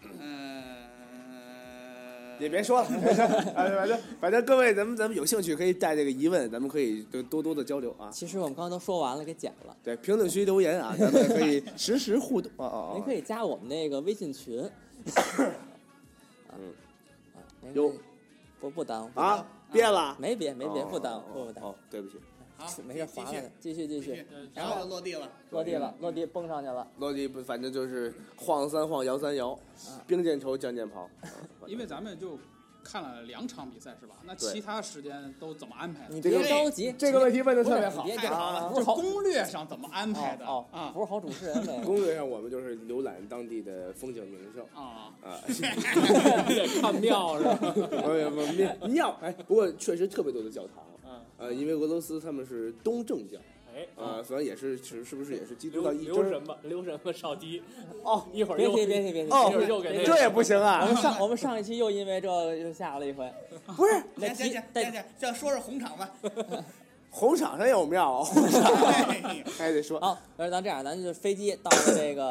Speaker 4: 呃
Speaker 1: 呃
Speaker 4: 嗯，
Speaker 3: 也别 说了，别说了哎反正反正各位，咱们咱们有兴趣可以带这个疑问，咱们可以多多多的交流啊。
Speaker 1: 其实我们刚刚都说完了，给剪了。
Speaker 3: 对，评论区留言 啊，咱们可以实时互动。哦哦哦，
Speaker 1: 您可以加我们那个微信 群。
Speaker 3: 嗯
Speaker 1: 啊，您
Speaker 3: 有
Speaker 1: 可以不不耽误不耽误
Speaker 3: 啊，变了，
Speaker 1: 没别没别
Speaker 3: 哦
Speaker 1: 不耽
Speaker 3: 哦
Speaker 1: 误不不耽误
Speaker 3: 哦，，对不起，
Speaker 4: 好，
Speaker 1: 没事
Speaker 4: 继
Speaker 1: 划
Speaker 4: 续
Speaker 1: 拉的，继续继
Speaker 4: 继
Speaker 1: 续
Speaker 4: 续，，嗯然后就落地了。
Speaker 1: 落地了落地蹦上去了，
Speaker 3: 落地不，反正就是晃三晃，摇三摇，兵见愁，将见袍。啊
Speaker 5: 因为咱们就看了两场比赛是吧？那其他时间都怎么安排的？
Speaker 1: 你
Speaker 3: 这
Speaker 1: 别
Speaker 3: 个
Speaker 1: 着急，
Speaker 3: 这个问
Speaker 1: 题
Speaker 3: 题问的特别好
Speaker 1: 别
Speaker 4: 太好
Speaker 1: 啊
Speaker 4: 了
Speaker 1: 不
Speaker 5: 就是
Speaker 1: 好
Speaker 5: 攻略上怎么安排的
Speaker 1: 哦哦，
Speaker 5: 啊
Speaker 1: 不是好主持人呗。
Speaker 3: 攻略上我们就是浏览当地的风景名胜
Speaker 5: 啊？
Speaker 3: 啊，
Speaker 2: 得看庙是吧？
Speaker 3: 呃不不庙哎，不过确实特别多的教堂。
Speaker 2: 嗯，
Speaker 3: 呃，因为俄罗斯他们是东正教
Speaker 2: 哎，
Speaker 3: 啊，所以也是是是不是也是基督
Speaker 2: 留
Speaker 3: 教一支
Speaker 2: 留
Speaker 3: 儿？
Speaker 2: 什么留什么少迪，
Speaker 3: 哦，
Speaker 2: 一会儿
Speaker 1: 别
Speaker 2: 又
Speaker 1: 提别提别提，
Speaker 3: 哦
Speaker 2: 一会儿又给那个
Speaker 3: 这也不行
Speaker 1: 我
Speaker 3: 啊！
Speaker 1: 们上我们上一期又因为这又下了一回，
Speaker 3: 不是
Speaker 1: 那
Speaker 4: 行行
Speaker 1: 提
Speaker 4: 行
Speaker 1: 那
Speaker 4: 行行，就说说红 场吧。
Speaker 3: 红场上有庙，
Speaker 4: 哎呦
Speaker 3: 还得说
Speaker 1: 好，那咱这样，咱就是飞机到了这个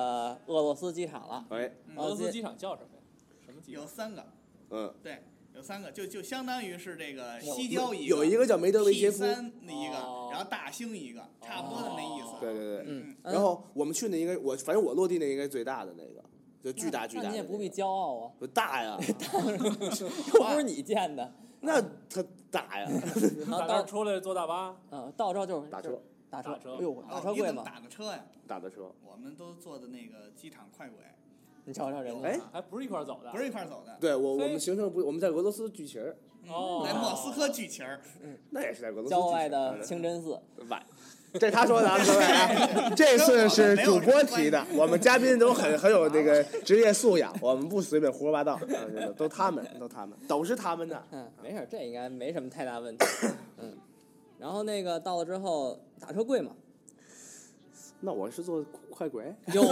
Speaker 1: 俄罗斯机场了，
Speaker 3: 哎
Speaker 2: 俄罗
Speaker 1: 啊
Speaker 2: 斯
Speaker 1: 这
Speaker 2: 机场叫什么呀？什么机场
Speaker 4: 有？三个，
Speaker 3: 嗯，
Speaker 4: 对，有三个，就就相当于是这个
Speaker 1: 有
Speaker 4: 西郊一个，
Speaker 3: 有一个叫梅德韦
Speaker 4: T
Speaker 3: 杰夫，
Speaker 4: 三一个
Speaker 2: 哦，
Speaker 4: 然后大兴一个，差不多的那意思。
Speaker 3: 对对对，
Speaker 1: 嗯，
Speaker 3: 然后我们去那应该我反正我落地那应该最大的那个，就巨大
Speaker 1: 那
Speaker 3: 巨大的
Speaker 1: 那你
Speaker 3: 那个。
Speaker 1: 也不必骄傲啊，
Speaker 3: 不大呀，
Speaker 1: 又不是你建的，
Speaker 3: 那它大 呀，
Speaker 1: 然后
Speaker 2: 打那儿
Speaker 1: 到
Speaker 2: 出来坐大巴，
Speaker 1: 嗯到这就是
Speaker 3: 打车
Speaker 1: 就是打
Speaker 2: 打车
Speaker 1: 哎呦打
Speaker 3: 啊
Speaker 4: 哦
Speaker 1: 车
Speaker 4: 你
Speaker 1: 贵
Speaker 4: 怎么
Speaker 1: 吗？
Speaker 4: 打个车呀？
Speaker 3: 打的车。
Speaker 4: 我们都坐的那个机场快轨，
Speaker 1: 你瞧瞧人家，
Speaker 3: 哎
Speaker 2: 还不是一块儿走的，
Speaker 4: 不是一块儿走的，
Speaker 3: 对我
Speaker 2: 所以
Speaker 3: 我们行程不，我们在俄罗斯聚旗儿，
Speaker 2: 哦，
Speaker 4: 来莫斯科聚旗儿。
Speaker 3: 那也是在俄罗斯聚旗儿。
Speaker 1: 郊外的清真寺，
Speaker 3: 晚，这他说的啊，各位啊，这次是主播提的，我们嘉宾都很很有那个职业素养，我们不随便胡说八道， 啊这个都他们，都他们，都是他们的。
Speaker 1: 嗯，没事儿，这应该没什么太大问题，嗯，然后那个到了之后打车贵吗？
Speaker 3: 那我是坐快轨？
Speaker 1: 有，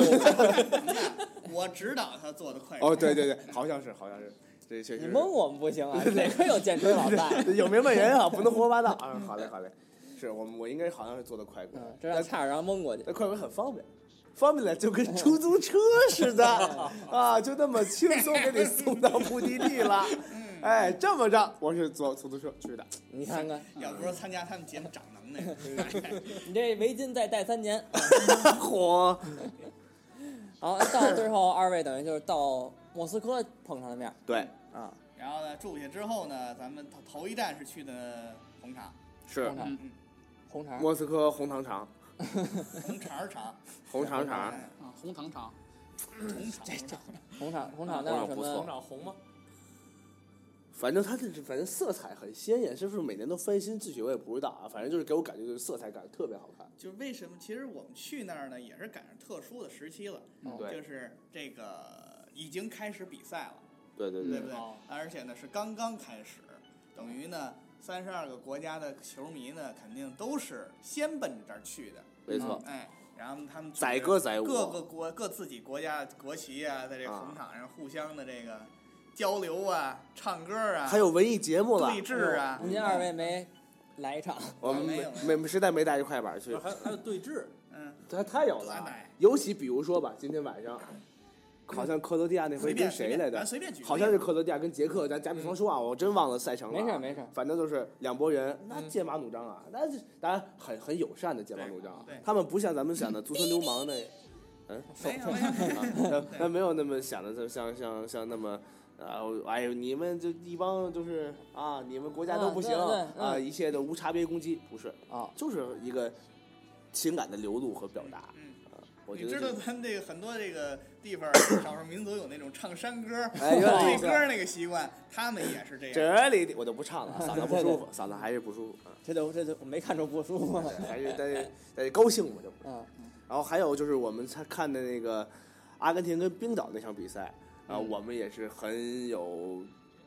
Speaker 4: 我指导他坐的快轨。
Speaker 3: 哦，对对对，好像是，好像是，这确
Speaker 1: 你
Speaker 3: 实。
Speaker 1: 蒙我们不行啊，哪个有建锤老大？
Speaker 3: 有明白人啊，不能胡说八道啊！好嘞，好嘞，是我们我应该好像是坐的快轨
Speaker 1: 嗯，，这让差点让蒙过去。
Speaker 3: 那快轨很方便，方便的就跟出租车似 的啊，就那么轻松给你送到目的地 了。哎，这么着，我是坐出租车去的。
Speaker 1: 你看 看，
Speaker 4: 要不是参加他们节目长能耐，
Speaker 1: 你这围巾再戴三年。
Speaker 3: 火，
Speaker 1: 好，到最后二位等于就是到莫斯科碰上了面
Speaker 3: 对，
Speaker 1: 啊，
Speaker 4: 然后呢，住下之后呢，咱们头头一站是去的红场，
Speaker 3: 是
Speaker 1: 红肠
Speaker 5: 嗯，
Speaker 1: 红肠，
Speaker 3: 莫斯科红糖肠，
Speaker 4: 红肠儿厂，
Speaker 3: 红肠肠，
Speaker 4: 哎
Speaker 5: 啊，红糖厂
Speaker 4: 红肠儿厂，
Speaker 1: 红肠，红肠
Speaker 3: 红
Speaker 1: 那有
Speaker 3: 肠
Speaker 1: 什
Speaker 3: 不
Speaker 2: 广
Speaker 1: 么？
Speaker 2: 场红吗？
Speaker 3: 反正它这是反正色彩很鲜艳，是不是每年都翻新自己我也不知道啊，反正就是给我感觉就是色彩感特别好看。
Speaker 4: 就是为什么？其实我们去那儿呢，也是赶上特殊的时期了，
Speaker 1: 嗯
Speaker 3: 对
Speaker 4: 就是这个已经开始比赛了，
Speaker 3: 对对
Speaker 4: 对不对
Speaker 2: 哦？
Speaker 4: 而且呢是刚刚开始，等于呢三十二个国家的球迷呢，肯定都是先奔着这儿去的，
Speaker 3: 没错，
Speaker 4: 哎，然后他们举着
Speaker 3: 载歌载舞，
Speaker 4: 各个国各自己国家国旗啊，在这个
Speaker 3: 啊
Speaker 4: 红场上互相的这个交流啊、唱歌啊，
Speaker 3: 还有文艺节目了
Speaker 4: 对，峙啊，
Speaker 1: 您二位没来一场？
Speaker 3: 我们
Speaker 4: 没
Speaker 3: 没
Speaker 4: 有
Speaker 3: 没没实在没带着快板 去，
Speaker 2: 还还有对峙，
Speaker 4: 嗯，
Speaker 3: 他太有
Speaker 4: 多
Speaker 3: 了
Speaker 4: 安
Speaker 3: 啊
Speaker 4: 排，
Speaker 3: 尤其比如说吧，今天晚上。好像克罗地亚那
Speaker 4: 随
Speaker 3: 回跟
Speaker 4: 便随
Speaker 3: 谁
Speaker 4: 便
Speaker 3: 来
Speaker 4: 咱
Speaker 3: 的？
Speaker 4: 随便举个例子，嗯
Speaker 3: 好像是克罗地亚跟捷克，咱假比方说啊，我真忘了赛程了啊。
Speaker 1: 没事儿没事儿，
Speaker 3: 反正就是两拨人，那剑拔弩张啊，那是当然很很友善的剑拔弩张啊
Speaker 4: 对对。
Speaker 3: 他们不像咱们想的足球流 氓那，
Speaker 4: 没有没 有，
Speaker 3: 啊，那 那没有那么想的，就像像像那么。啊，我哎呦，你们这一帮就是啊，你们国家都不行
Speaker 1: 嗯对对嗯
Speaker 3: 啊，一切都无差别攻击，不是
Speaker 1: 哦，
Speaker 3: 就是一个情感的流露和表达。
Speaker 4: 嗯，
Speaker 3: 我觉
Speaker 4: 你
Speaker 3: 得
Speaker 4: 知道
Speaker 3: 这
Speaker 4: 咱们这个很多这个地方少数民族有那种唱山歌、
Speaker 3: 哎原来
Speaker 4: 对
Speaker 3: 是
Speaker 4: 歌儿那个习惯，他们也是这样。
Speaker 3: 这里的我就不唱了，嗓子不舒服，嗓子还是不舒服啊，
Speaker 1: 这都这都我没看出不舒服来。
Speaker 3: 还是但是但是高兴我就不
Speaker 1: 嗯，
Speaker 3: 然后还有就是我们才看的那个阿根廷跟冰岛那场比赛啊，我们也是很有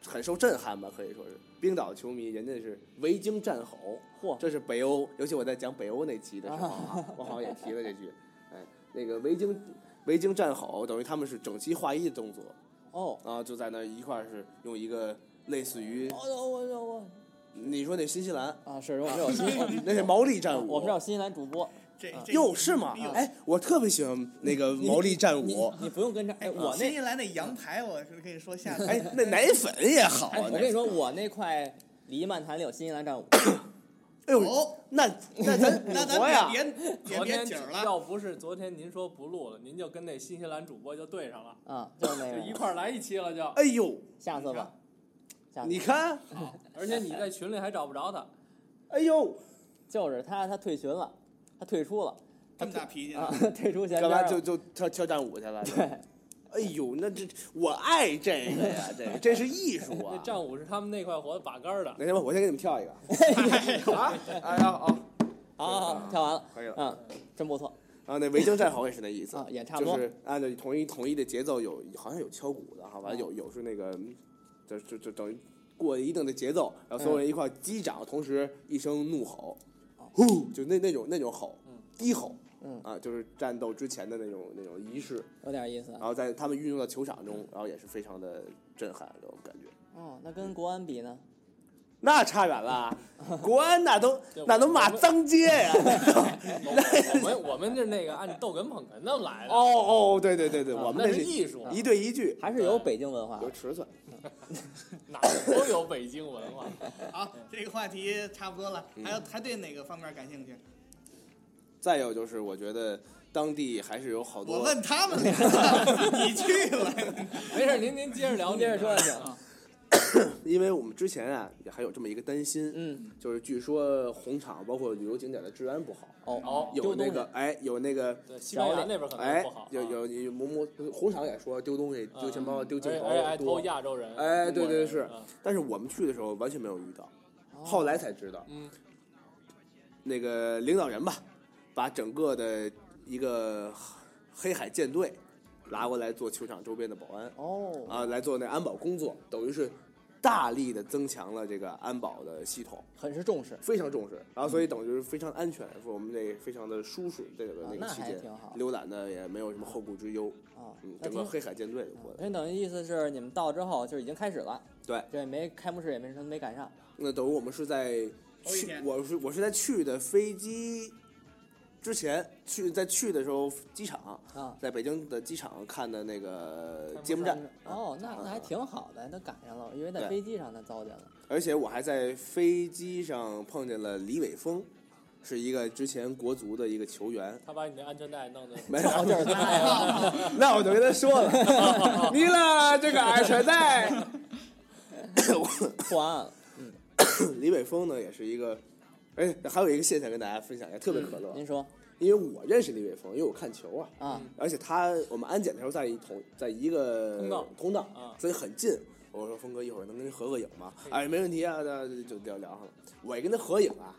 Speaker 3: 很受震撼吧，可以说是冰岛球迷人家是维京战吼，
Speaker 1: 嚯，
Speaker 3: 这是北欧，尤其我在讲北欧那期的时候啊，我好像也提了这句，哎，那个维京维京战吼，等于他们是整齐划一的动作，
Speaker 1: 哦，
Speaker 3: 然后就在那一块儿是用一个类似于
Speaker 1: 哦我我我
Speaker 3: 你说那新西兰，
Speaker 1: 啊，是 我们有新，
Speaker 3: 那是毛利战舞，
Speaker 1: 我们这有新西兰主播，
Speaker 4: 这这
Speaker 3: 哟是吗
Speaker 4: 哎呦？
Speaker 3: 哎，我特别喜欢那个毛利战
Speaker 1: 你
Speaker 3: 舞，
Speaker 1: 你不用跟着，
Speaker 3: 啊
Speaker 1: 哎，我
Speaker 4: 新
Speaker 1: 那
Speaker 4: 西兰那羊排，我是跟你说下次。
Speaker 3: 哎，那奶粉也好
Speaker 1: 哎，
Speaker 3: 啊，
Speaker 1: 我
Speaker 3: 那
Speaker 1: 跟你说，我那块离曼谈里有新西兰 战舞，
Speaker 3: 哎呦，
Speaker 4: 哦，
Speaker 3: 那 那 咱
Speaker 4: 那咱
Speaker 1: 活呀
Speaker 4: 别别别
Speaker 2: 昨
Speaker 4: 别
Speaker 2: 天
Speaker 4: 景儿了。
Speaker 2: 要不是昨天您说不录了，您就跟那新西兰主播就对上了，
Speaker 1: 啊，就是那
Speaker 2: 就一
Speaker 1: 个，
Speaker 2: 块儿来一期了就。
Speaker 3: 哎呦，
Speaker 1: 下次吧，下
Speaker 3: 你
Speaker 1: 次
Speaker 3: 看，
Speaker 2: 好，而且你在群里还找不着他，
Speaker 3: 哎呦，
Speaker 1: 就是他，他退群了，他退出了
Speaker 4: 这么大脾气呢
Speaker 1: 啊， 退出前
Speaker 3: 干
Speaker 1: 边
Speaker 3: 嘛
Speaker 1: 儿
Speaker 3: 就
Speaker 1: 了，
Speaker 3: 就跳跳战舞去了？
Speaker 1: 对，
Speaker 3: 哎呦，那这我爱这个呀，这个这是艺术
Speaker 2: 那
Speaker 3: 啊！
Speaker 2: 战舞是他们那块活把杆 儿的。
Speaker 3: 那什么，我先给你们跳一个 啊！哎呀啊！
Speaker 1: 好好好，跳完了，
Speaker 3: 可以了
Speaker 1: 嗯，真不错，
Speaker 3: 然后啊那维京战吼也是那意思
Speaker 1: 啊也差不多
Speaker 3: 就是按照统一统一的节奏有，好像有敲鼓的哈，完了
Speaker 1: 啊
Speaker 3: 有有是那个，就就就等于过一定的节奏，然后所有人一块儿击掌，同时一声怒吼，呼，就那那种那种吼，低吼，
Speaker 1: 哦嗯
Speaker 3: 啊，就是战斗之前的那种那种仪式，
Speaker 1: 有点意思啊嗯
Speaker 3: 然，后在他们运用到球场中，然后也是非常的震撼这种感觉。
Speaker 1: 哦，那跟国安比呢？
Speaker 3: 那差 远了，国安那都那都骂脏街呀！
Speaker 2: 我们我们是那个按逗哏捧哏那么来的，
Speaker 3: 哦哦，对对对对，
Speaker 1: 啊
Speaker 3: 我们
Speaker 2: 那
Speaker 3: 这
Speaker 2: 是
Speaker 3: 是
Speaker 2: 艺术，
Speaker 3: 一对一句，
Speaker 1: 还是有北京文化
Speaker 3: 有，尺寸。
Speaker 2: 哪儿都有北京文 化。
Speaker 4: 好，啊这个话题差不多了，还
Speaker 3: 嗯
Speaker 4: 有还对哪个方面感兴趣？
Speaker 3: 再有就是，我觉得当地还是有好多。
Speaker 4: 我问他 们俩，你去了。
Speaker 2: 没事，您您接着聊，
Speaker 1: 接着说就
Speaker 2: 您
Speaker 1: 行，
Speaker 3: 因为我们之前啊也还有这么一个担心，
Speaker 1: 嗯，
Speaker 3: 就是据说红场包括旅游景点的治安不好，
Speaker 1: 哦
Speaker 2: 哦，
Speaker 3: 有
Speaker 1: 丢
Speaker 3: 那
Speaker 1: 东
Speaker 3: 个
Speaker 1: 西
Speaker 3: 哎有那个
Speaker 2: 对西班牙那边可能
Speaker 3: 哎
Speaker 2: 不好，啊
Speaker 3: 有有有某某红场也说丢东西、
Speaker 2: 嗯
Speaker 3: 丢钱包、丢
Speaker 2: 而
Speaker 3: 镜
Speaker 2: 且
Speaker 3: 头
Speaker 2: 而且还
Speaker 3: 多
Speaker 2: 哎偷，亚洲人，
Speaker 3: 哎
Speaker 2: 中国
Speaker 3: 对对
Speaker 2: 人
Speaker 3: 是
Speaker 2: 嗯哦
Speaker 3: 但是我们去的时候完全没有遇到，后来才知道，
Speaker 2: 嗯，
Speaker 3: 那个领导人吧，把整个的一个黑海舰队拉过来做球场周边的保安，
Speaker 1: 哦，
Speaker 3: 啊，来做那安保工作，等于是大力的增强了这个安保的系统，
Speaker 1: 很是重视，
Speaker 3: 非常重视，然后所以等于是非常安全，说我们这非常的舒适，这个
Speaker 1: 嗯啊
Speaker 3: 那
Speaker 1: 那
Speaker 3: 个期
Speaker 1: 还
Speaker 3: 间
Speaker 1: 挺好
Speaker 3: 浏览的也没有什么后顾之忧，
Speaker 1: 啊
Speaker 3: 嗯，，
Speaker 1: 那
Speaker 3: 整个
Speaker 1: 挺。哎
Speaker 3: 黑海舰队就过来
Speaker 1: 那
Speaker 3: 了。
Speaker 1: 等于意思是你们到之后就已经开始了，
Speaker 3: 对，
Speaker 1: 对，没开幕式也没什么没赶上，
Speaker 3: 那等于我们是在
Speaker 4: 头一
Speaker 3: 去，
Speaker 4: 天
Speaker 3: 我是我是在去的飞机之前去，在去的时候机场
Speaker 1: 啊
Speaker 3: 在北京的机场看的那个
Speaker 2: 幕
Speaker 3: 揭幕战
Speaker 2: 式，
Speaker 3: 啊
Speaker 1: 哦，那
Speaker 3: 啊
Speaker 1: 那还挺好的，那赶上了，因为在
Speaker 3: 对
Speaker 1: 飞机上那糟践 了。
Speaker 3: 而且我还在飞机上碰见了李伟峰，是一个之前国足的一个球员。
Speaker 2: 他把你的安全带弄的，
Speaker 3: 没有，
Speaker 1: 哦，就是他呀，
Speaker 3: 那我就跟他说了，你了这个安全带。
Speaker 1: 破案 了。
Speaker 3: 李伟峰呢，也是一个，哎，还有一个现象跟大家分享一下，特别可乐。
Speaker 1: 嗯您说
Speaker 3: 因为我认识李伟峰，因为我看球啊，
Speaker 1: 啊，
Speaker 2: 嗯
Speaker 3: 而且他我们安检的时候在一同在一个
Speaker 2: 通道
Speaker 3: 通道，
Speaker 2: 啊
Speaker 3: 所以很近。我说峰哥一会儿能跟您合个影吗？哎，没问题啊，那就聊聊上了。我一跟他合影啊，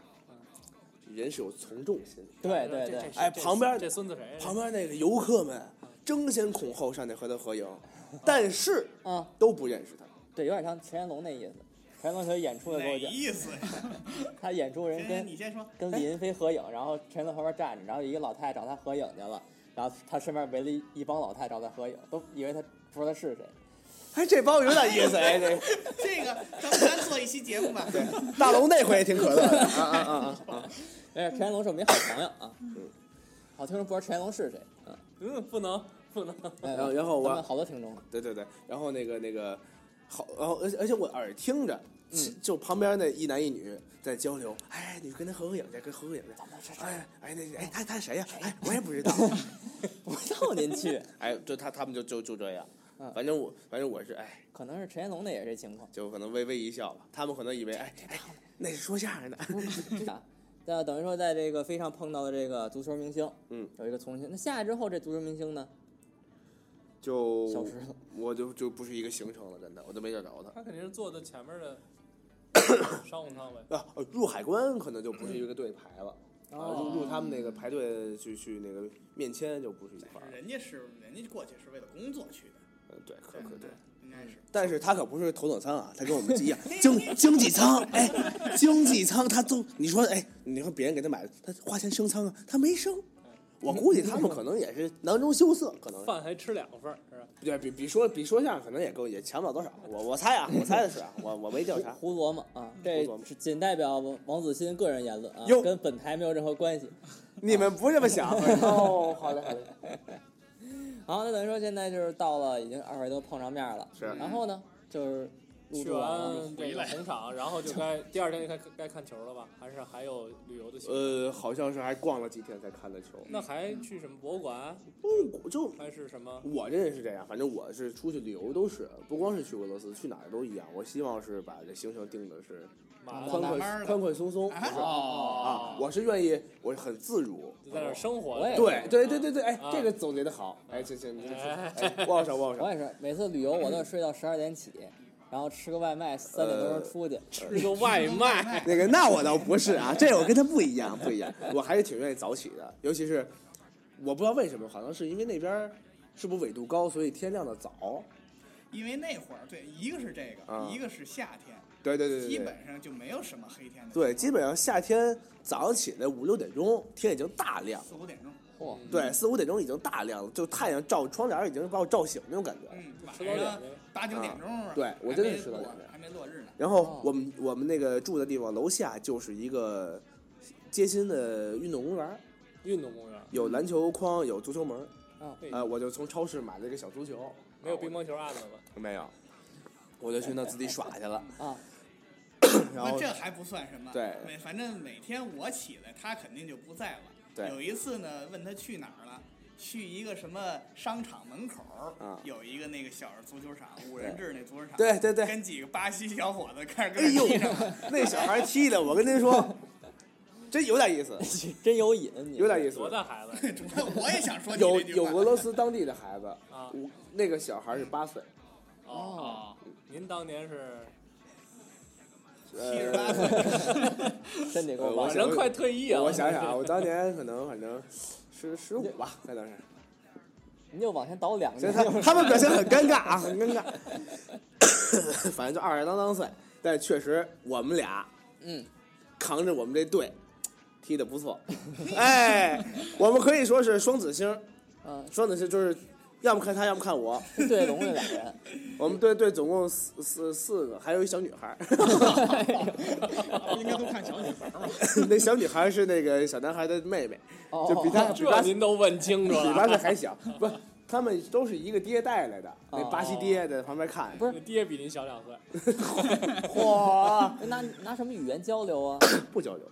Speaker 3: 人是有从众心理。
Speaker 1: 对对
Speaker 2: 嗯这
Speaker 1: 对，，
Speaker 2: 这
Speaker 3: 哎
Speaker 2: 这
Speaker 3: 旁边
Speaker 2: 这孙子谁？啊
Speaker 3: 旁边那个游客们争先恐后上去和他合影，但是
Speaker 1: 啊，
Speaker 3: 都不认识他。
Speaker 1: 对，有点像陈彦龙那意思。陈彦龙他演出的时
Speaker 4: 哪
Speaker 1: 候就，
Speaker 4: 意思？
Speaker 1: 他演出人
Speaker 4: 先
Speaker 1: 跟
Speaker 4: 你先说。
Speaker 1: 跟李云飞合影，然后陈龙旁边站着，然后有一个老太太找他合影去了，然后他身边围了一一帮老太太找他合影，都以为他不知道他是谁。
Speaker 3: 哎，这帮有点意思哎，这个
Speaker 4: 这个咱们单做一期节目吧。对，
Speaker 3: 大龙那回也挺可乐的啊啊啊啊啊！
Speaker 1: 没
Speaker 2: 嗯
Speaker 1: 事，陈彦龙是我们一好朋友啊。好听众不知道陈彦龙是谁，嗯，
Speaker 2: 嗯，不能不能，
Speaker 1: 然
Speaker 3: 然后然后我
Speaker 1: 好多听众，啊
Speaker 3: 对对对，然后那个那个好，然后而且而且我耳听着，
Speaker 1: 嗯
Speaker 3: 就旁边那一男一女在交流，哎，你跟他合个影去，跟他合个影去。哎哎那哎他他谁呀、哎，我也不知道。
Speaker 1: 不到您去，
Speaker 3: 哎，就他他们就就就这样
Speaker 1: 嗯，
Speaker 3: 反正我反正我是哎。
Speaker 1: 可能是陈彦龙的也是这情况。
Speaker 3: 就可能微微一笑吧，他们可能以为哎哎，那是说相声的，
Speaker 1: 啊，那等于说在这个飞上碰到的这个足球明星，
Speaker 3: 嗯，
Speaker 1: 有一个重新。那下来之后，这足球明星呢，
Speaker 3: 就
Speaker 1: 消失了
Speaker 3: 我就就不是一个行程了，真的，我都没找着他。
Speaker 2: 他肯定是坐的前面 的商务舱呗。
Speaker 3: 啊，呃入海关可能就不是一个队排了，啊，
Speaker 1: 嗯哦
Speaker 3: 入入他们那个排队去去那个面签就不是一块儿了，
Speaker 4: 人家是人家过去是为了工作去的，
Speaker 3: 嗯，对，可可对。
Speaker 4: 应该是。
Speaker 3: 但是他可不是头等舱啊，他跟我们一样经经济舱，哎，经济舱他都你说哎，你说别人给他买，他花钱升舱啊，他没升。我估计他们可能也是囊中羞涩，可能
Speaker 2: 饭还吃两份儿，是吧？
Speaker 3: 对比比说比说相声可能也够也强不了多少。我我猜啊，我猜的是啊，我我没调查。
Speaker 1: 胡琢磨啊，这
Speaker 3: 嗯胡琢磨
Speaker 1: 只仅代表王子欣个人言论啊
Speaker 3: 哟，
Speaker 1: 跟本台没有任何关系。
Speaker 3: 你们不这么想哦？好嘞好嘞，
Speaker 1: 好，那等于说现在就是到了，已经二位都碰上面了。
Speaker 3: 是啊
Speaker 1: 然后呢，就是啊入
Speaker 2: 去
Speaker 1: 住完了，
Speaker 2: 完这个红场，然后就该第二天就该该看球了吧？还是还有旅游的行程？
Speaker 3: 呃，好像是还逛了几天才看的球。
Speaker 2: 那还去什么博物馆？
Speaker 3: 不就
Speaker 2: 还是什么？
Speaker 3: 我这人是这样，反正我是出去旅游都是，不光是去俄罗斯，去哪儿都一样。我希望是把这行程定的是
Speaker 2: 马
Speaker 3: 啊宽
Speaker 4: 啊慢
Speaker 3: 快
Speaker 4: 慢儿的
Speaker 3: 宽快松松
Speaker 4: 啊
Speaker 1: 哦
Speaker 3: 就是啊
Speaker 2: 哦，
Speaker 3: 我是愿意，我很自如。
Speaker 2: 就在那儿生活
Speaker 1: 我也
Speaker 2: 的。
Speaker 3: 对对对对对，哎
Speaker 2: 啊，
Speaker 3: 这个总结的好，哎，这这这，
Speaker 2: 哎
Speaker 3: 哎，握手握手
Speaker 1: 我，也是每次旅游我都是睡到十二点起，然后吃个外卖，三点多
Speaker 3: 呃
Speaker 1: 钟出 去。
Speaker 2: 吃个外卖，
Speaker 4: 卖
Speaker 3: 那个那我倒不是啊，这我跟他不一样，不一样，我还是挺愿意早起的，尤其是我不知道为什么，好像是因为那边儿是不是纬度高，所以天亮的早。
Speaker 4: 因为那会儿对，一个是这
Speaker 3: 啊
Speaker 4: 个，一个是夏天，
Speaker 3: 对对对对，
Speaker 4: 基
Speaker 3: 对
Speaker 4: 本上就没有什么黑天的，
Speaker 3: 对，基本上夏天早上起来五六点钟，天已经大亮了，
Speaker 4: 四五点钟，
Speaker 1: 嚯，
Speaker 3: 对，四五点钟已经大亮了，就太阳照窗帘儿已经把我照醒那种感觉。
Speaker 4: 嗯，
Speaker 2: 吃早
Speaker 4: 晚
Speaker 2: 点
Speaker 4: 上
Speaker 2: 呗
Speaker 4: 八九点钟，
Speaker 3: 啊对我真的是吃早
Speaker 4: 还没
Speaker 3: 点
Speaker 4: 落还没落日呢，
Speaker 3: 然
Speaker 1: 哦
Speaker 3: 后我们我们那个住的地方楼下就是一个街心的运动公园儿，
Speaker 2: 运动公园
Speaker 3: 有篮球框，有足球门儿。
Speaker 2: 对
Speaker 3: 呃，我就从超市买了一个小足球，
Speaker 2: 没有乒乓球案子吧？
Speaker 3: 没有，我就去那自己耍去了。
Speaker 1: 啊，
Speaker 3: 然
Speaker 4: 那
Speaker 3: 后
Speaker 4: 这还不算什么，
Speaker 3: 对
Speaker 4: 每反正每天我起来，他肯定就不在了。
Speaker 3: 对
Speaker 4: 有一次呢，问他去哪儿了，去一个什么商场门口儿，
Speaker 3: 啊
Speaker 4: 有一个那个小足球场，五人制那足球场，
Speaker 3: 对对对
Speaker 4: 跟几个巴西小伙子开
Speaker 3: 哎
Speaker 4: 始跟
Speaker 3: 呦
Speaker 4: 踢上了，，
Speaker 3: 那小孩踢的，我跟您说，真有点意思，
Speaker 1: 真有瘾，你
Speaker 3: 有点意思
Speaker 2: 多。大孩子
Speaker 4: 主要我也想说你
Speaker 3: 有
Speaker 4: 这句
Speaker 3: 有
Speaker 4: 话，
Speaker 3: 俄罗斯当地的孩子，
Speaker 2: 啊？
Speaker 3: 我那个小孩是八岁，
Speaker 2: 哦，您当年是
Speaker 4: 七十八
Speaker 3: 呃，
Speaker 4: 岁，
Speaker 1: 真得给我
Speaker 3: 我
Speaker 1: 忘
Speaker 2: 反
Speaker 1: 了。
Speaker 3: 想
Speaker 2: 正快退役啊！
Speaker 3: 我想想啊，我当年可能反正十十五吧，在当时。
Speaker 1: 你就往前倒两
Speaker 3: 所
Speaker 1: 年
Speaker 3: 以，他他们表现很尴尬啊，很尴尬。 反正就二十当当岁，但确实我们俩
Speaker 1: 嗯，
Speaker 3: 扛着我们这队踢得 不错，哎，我们可以说是双子星，
Speaker 1: 嗯，
Speaker 3: 双子星就是要么看他，要么 看我。
Speaker 1: 对龙的两个人，
Speaker 3: 我们队队总共四四四个，还有一小女孩 儿，
Speaker 5: 哦应该都看小女孩 嘛。
Speaker 3: 那小女孩儿是那个小男孩的妹妹，
Speaker 1: 哦
Speaker 3: 就比他比
Speaker 2: 这
Speaker 3: 八岁
Speaker 2: 您都问清楚
Speaker 3: 比八岁
Speaker 2: 了，
Speaker 3: 还小，不。他们都是一个爹带来的，那巴西爹在旁边
Speaker 1: 哦
Speaker 3: 看，
Speaker 1: 不是
Speaker 2: 你爹比您小两岁，
Speaker 3: 嚯，
Speaker 1: 拿拿哦什么语言交流啊？
Speaker 3: 不交流，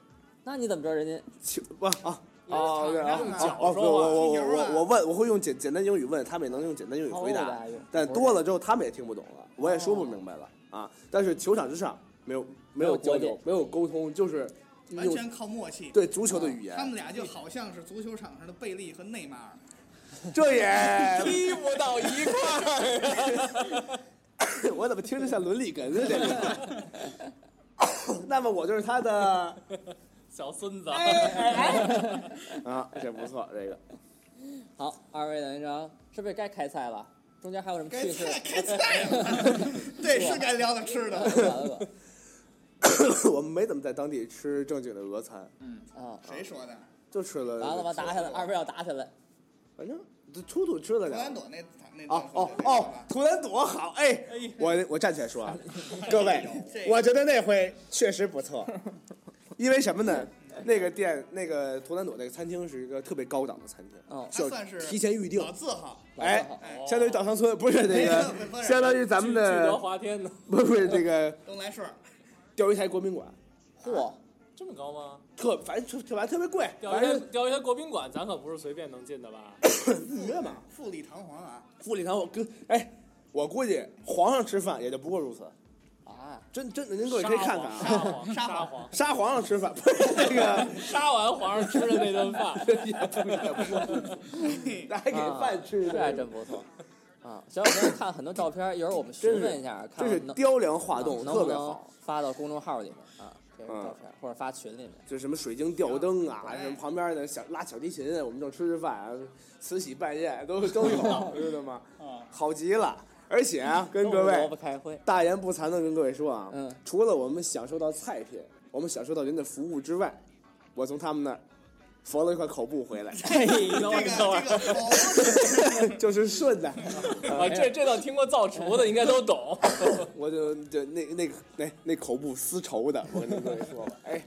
Speaker 1: 那你怎么知道人家？
Speaker 3: 球不啊啊
Speaker 4: 因
Speaker 3: 对
Speaker 4: 为
Speaker 3: 啊
Speaker 4: 场上
Speaker 2: 啊
Speaker 3: 哦，我
Speaker 2: 说话
Speaker 3: 我我
Speaker 4: 踢球
Speaker 3: 我
Speaker 4: 啊
Speaker 3: 我我问，我会用简简单英语问，他们也能用简单英语回
Speaker 1: 哦
Speaker 3: 答
Speaker 1: 哎呦，
Speaker 3: 但多了之后他们也听不懂了，我也说不明白了啊。但是球场之上没有没有交
Speaker 1: 没有
Speaker 3: 流
Speaker 1: 国，
Speaker 3: 没有沟通，就是
Speaker 4: 完
Speaker 3: 用
Speaker 4: 全靠默契。
Speaker 3: 对足球的语
Speaker 4: 他们
Speaker 3: 言，
Speaker 4: 俩就好像是足球场上的贝利和内马尔，
Speaker 3: 这也
Speaker 2: 踢不到一块儿。
Speaker 3: 我怎么听着像伦理哏呢？这个。那么我就是他的
Speaker 2: 小孙子，
Speaker 3: 哎啊，这不错，这个
Speaker 1: 好，二位等于说是不是该开菜了？中间还有什么
Speaker 4: 该
Speaker 1: 趣事？
Speaker 4: 菜该菜了， 对，
Speaker 3: 啊
Speaker 4: 是该聊聊吃的。
Speaker 1: 完了吧
Speaker 3: 我们没怎么在当地吃正经的俄餐，
Speaker 1: 啊，
Speaker 4: 谁说的？
Speaker 3: 就吃了
Speaker 1: 完了吧，打起来，二位要打起来。
Speaker 3: 反正就冲突吃了
Speaker 4: 图
Speaker 3: 两
Speaker 4: 兰朵那那
Speaker 3: 啊哦哦哦，图兰朵好哎
Speaker 2: 哎，
Speaker 3: 我我站起来说 啊，各位
Speaker 4: 这，个
Speaker 3: 我觉得那回确实不错，因为什么呢？那个店那个图兰朵那个餐厅是一个特别高档的餐厅，
Speaker 1: 哦
Speaker 3: 就
Speaker 4: 它算是
Speaker 3: 提前预定
Speaker 4: 老，字号，
Speaker 3: 哎
Speaker 1: 老字，
Speaker 4: 哎，
Speaker 3: 相当于稻香村不是那
Speaker 4: 没事没
Speaker 3: 个，
Speaker 4: 事
Speaker 3: 相当于咱
Speaker 2: 去
Speaker 3: 们
Speaker 2: 去德
Speaker 3: 的
Speaker 2: 华天呢？
Speaker 3: 不是不是这个
Speaker 4: 东来顺儿，
Speaker 3: 钓鱼台国宾馆，
Speaker 1: 嚯，
Speaker 2: 这么高吗？
Speaker 3: 特反正特反正特别贵，
Speaker 2: 钓
Speaker 3: 反
Speaker 2: 鱼台
Speaker 3: 正
Speaker 2: 钓鱼台国宾馆，咱可不是随便能进的吧？
Speaker 3: 哎预约嘛，
Speaker 4: 富丽堂皇 啊，
Speaker 3: 富丽堂皇跟哎，我估计皇上吃饭也就不过如此，
Speaker 1: 啊，
Speaker 3: 真真的您各位可以看看啊。
Speaker 2: 沙皇，
Speaker 4: 沙
Speaker 2: 沙
Speaker 4: 皇
Speaker 2: 皇，
Speaker 3: 杀皇上吃饭，不是那个，
Speaker 2: 杀完皇上吃的那顿 饭，
Speaker 3: 也不也不是，那还给
Speaker 1: 啊
Speaker 3: 饭吃，
Speaker 1: 这还真不错。啊，行，我们看很多照片，一会儿我们询问一下，看
Speaker 3: 这是
Speaker 1: 能
Speaker 3: 雕梁画栋，
Speaker 1: 能
Speaker 3: 特
Speaker 1: 不
Speaker 3: 别
Speaker 1: 能
Speaker 3: 好。嗯
Speaker 1: 发到公众号里面啊，这个照片或者发群里面。
Speaker 3: 就什么水晶吊灯啊，
Speaker 4: 哎
Speaker 3: 什么旁边的小拉小提琴，我们正吃着饭啊，慈禧拜宴都都 有，知道吗？
Speaker 5: 啊，
Speaker 3: 好极了！而且啊，跟各
Speaker 1: 胡萝
Speaker 3: 位
Speaker 1: 卜开会，
Speaker 3: 大言不惭的跟各位说啊，
Speaker 1: 嗯
Speaker 3: 除了我们享受到菜品，我们享受到您的服务之外，我从他们那儿缝了一块口布回来，
Speaker 1: 哎
Speaker 4: 这
Speaker 1: 呦，
Speaker 4: 个
Speaker 1: 我
Speaker 4: 这
Speaker 1: 的妈！
Speaker 4: 个头，
Speaker 3: 就是顺的。
Speaker 1: 啊，这这倒听过造厨的，应该都 懂。
Speaker 3: 我就就那那个那那口布丝绸 的，我跟您各位说吧，哎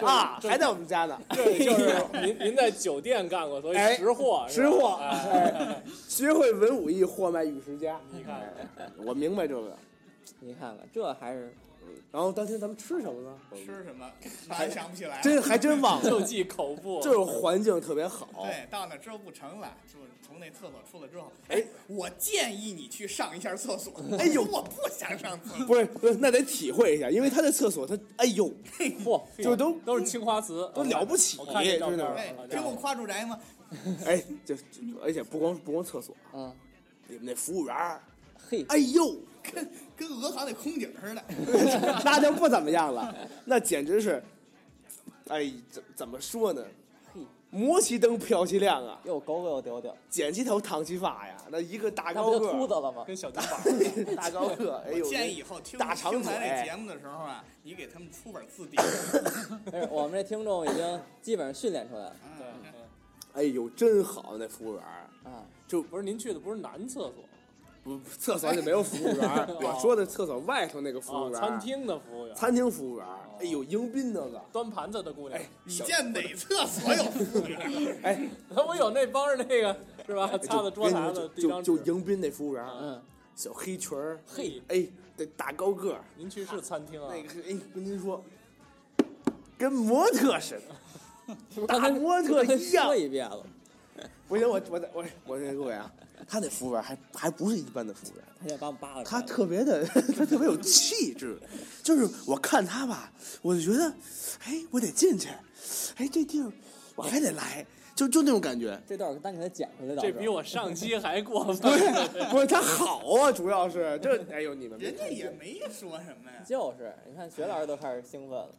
Speaker 3: 啊，还在我们家呢，
Speaker 2: 这就是您您在酒店干过，所以
Speaker 3: 哎
Speaker 2: 识货，是
Speaker 3: 识
Speaker 2: 吧
Speaker 3: 货，
Speaker 2: 哎
Speaker 3: 哎，学会文武艺，货卖玉石家。
Speaker 2: 你看
Speaker 3: 哎，我明白这个。
Speaker 1: 你看看，这还是
Speaker 3: 然后当天咱们吃什么呢？
Speaker 4: 吃什 么？还想不起来。
Speaker 3: 真还真忘了，
Speaker 2: 就记口部，
Speaker 3: 就是环境特别好。
Speaker 4: 对，到那之后不成了，就从那厕所出来之后，哎，我建议你去上一下厕 所。哎呦， 我不想上厕所。
Speaker 3: 不是不是，那得体会一下，因为他在厕所，他哎呦，
Speaker 2: 嚯，
Speaker 3: 就都
Speaker 2: 哎都是青花瓷，嗯
Speaker 3: 都了不起，
Speaker 2: 我看这照
Speaker 3: 真
Speaker 2: 片
Speaker 3: 的。
Speaker 4: 哎，给我夸住宅吗？
Speaker 3: 哎，就就而且不光不光厕所，啊
Speaker 1: 嗯，
Speaker 3: 你们那服务员儿，
Speaker 1: 嘿，
Speaker 3: 哎呦，
Speaker 4: 跟跟俄航那空姐似的。
Speaker 3: 那就不怎么样了，那简直是，哎，怎怎么说呢
Speaker 1: 嘿？
Speaker 3: 磨其灯，飘其亮啊，
Speaker 1: 又狗狗又丢丢，
Speaker 3: 剪其头，烫其发呀，那一个大
Speaker 1: 那
Speaker 3: 高
Speaker 1: 不就秃子
Speaker 3: 个，
Speaker 1: 了吗？
Speaker 2: 跟小金宝，
Speaker 3: 大高个，哎 呦，
Speaker 4: 建议以后听
Speaker 3: 大长
Speaker 4: 听咱这
Speaker 3: 腿
Speaker 4: 节目的时候啊，你给他们出本字典。
Speaker 1: 没事，我们这听众已经基本上训练出来了
Speaker 2: 对
Speaker 4: 嗯
Speaker 3: 哎呦，真好，那服务员儿
Speaker 1: 啊。
Speaker 2: 不是您去的不是男厕所，
Speaker 3: 不，厕所里没有服务 员儿，我说的厕所外头那个服务
Speaker 2: 啊，
Speaker 3: 员儿，
Speaker 2: 餐厅的服务员，
Speaker 3: 餐厅服务员儿，哎呦，迎宾那个，
Speaker 2: 端盘子的姑娘，
Speaker 4: 你见哪厕所有服务员？
Speaker 3: 哎，
Speaker 2: 我有 那帮着那个是吧？擦擦
Speaker 3: 就
Speaker 2: 桌
Speaker 3: 跟你
Speaker 2: 拿
Speaker 3: 们
Speaker 2: 的
Speaker 3: 就
Speaker 2: 地
Speaker 3: 就
Speaker 2: 张
Speaker 3: 就
Speaker 2: 纸，
Speaker 3: 迎宾那服务员儿，
Speaker 1: 嗯，
Speaker 3: 小黑裙儿，
Speaker 2: 嘿，
Speaker 3: 哎，那大高个儿，
Speaker 2: 您去是餐厅啊？
Speaker 3: 那个是，哎，跟您说，跟模特似的，
Speaker 1: 是不是
Speaker 3: 大
Speaker 1: 刚才
Speaker 3: 模特一样
Speaker 1: 说一遍了？
Speaker 3: 不行，我我我我跟各位啊，他那服务员儿还还不是一般的服务员儿，
Speaker 1: 他想把我们扒拉出
Speaker 3: 他
Speaker 1: 来。
Speaker 3: 特别的，他特别有气质，就是我看他吧，我就觉得，哎，我得进去，哎，这地儿我还得来，就就那种感觉。
Speaker 1: 这段儿单给他剪出来，到
Speaker 2: 这
Speaker 1: 时候
Speaker 2: 比我上期还过
Speaker 3: 不是
Speaker 2: 分，
Speaker 3: 不是，他好啊，主要是这，哎呦，你们别
Speaker 4: 人家也没说什么呀。
Speaker 1: 就是你看，学老师都开始兴奋了。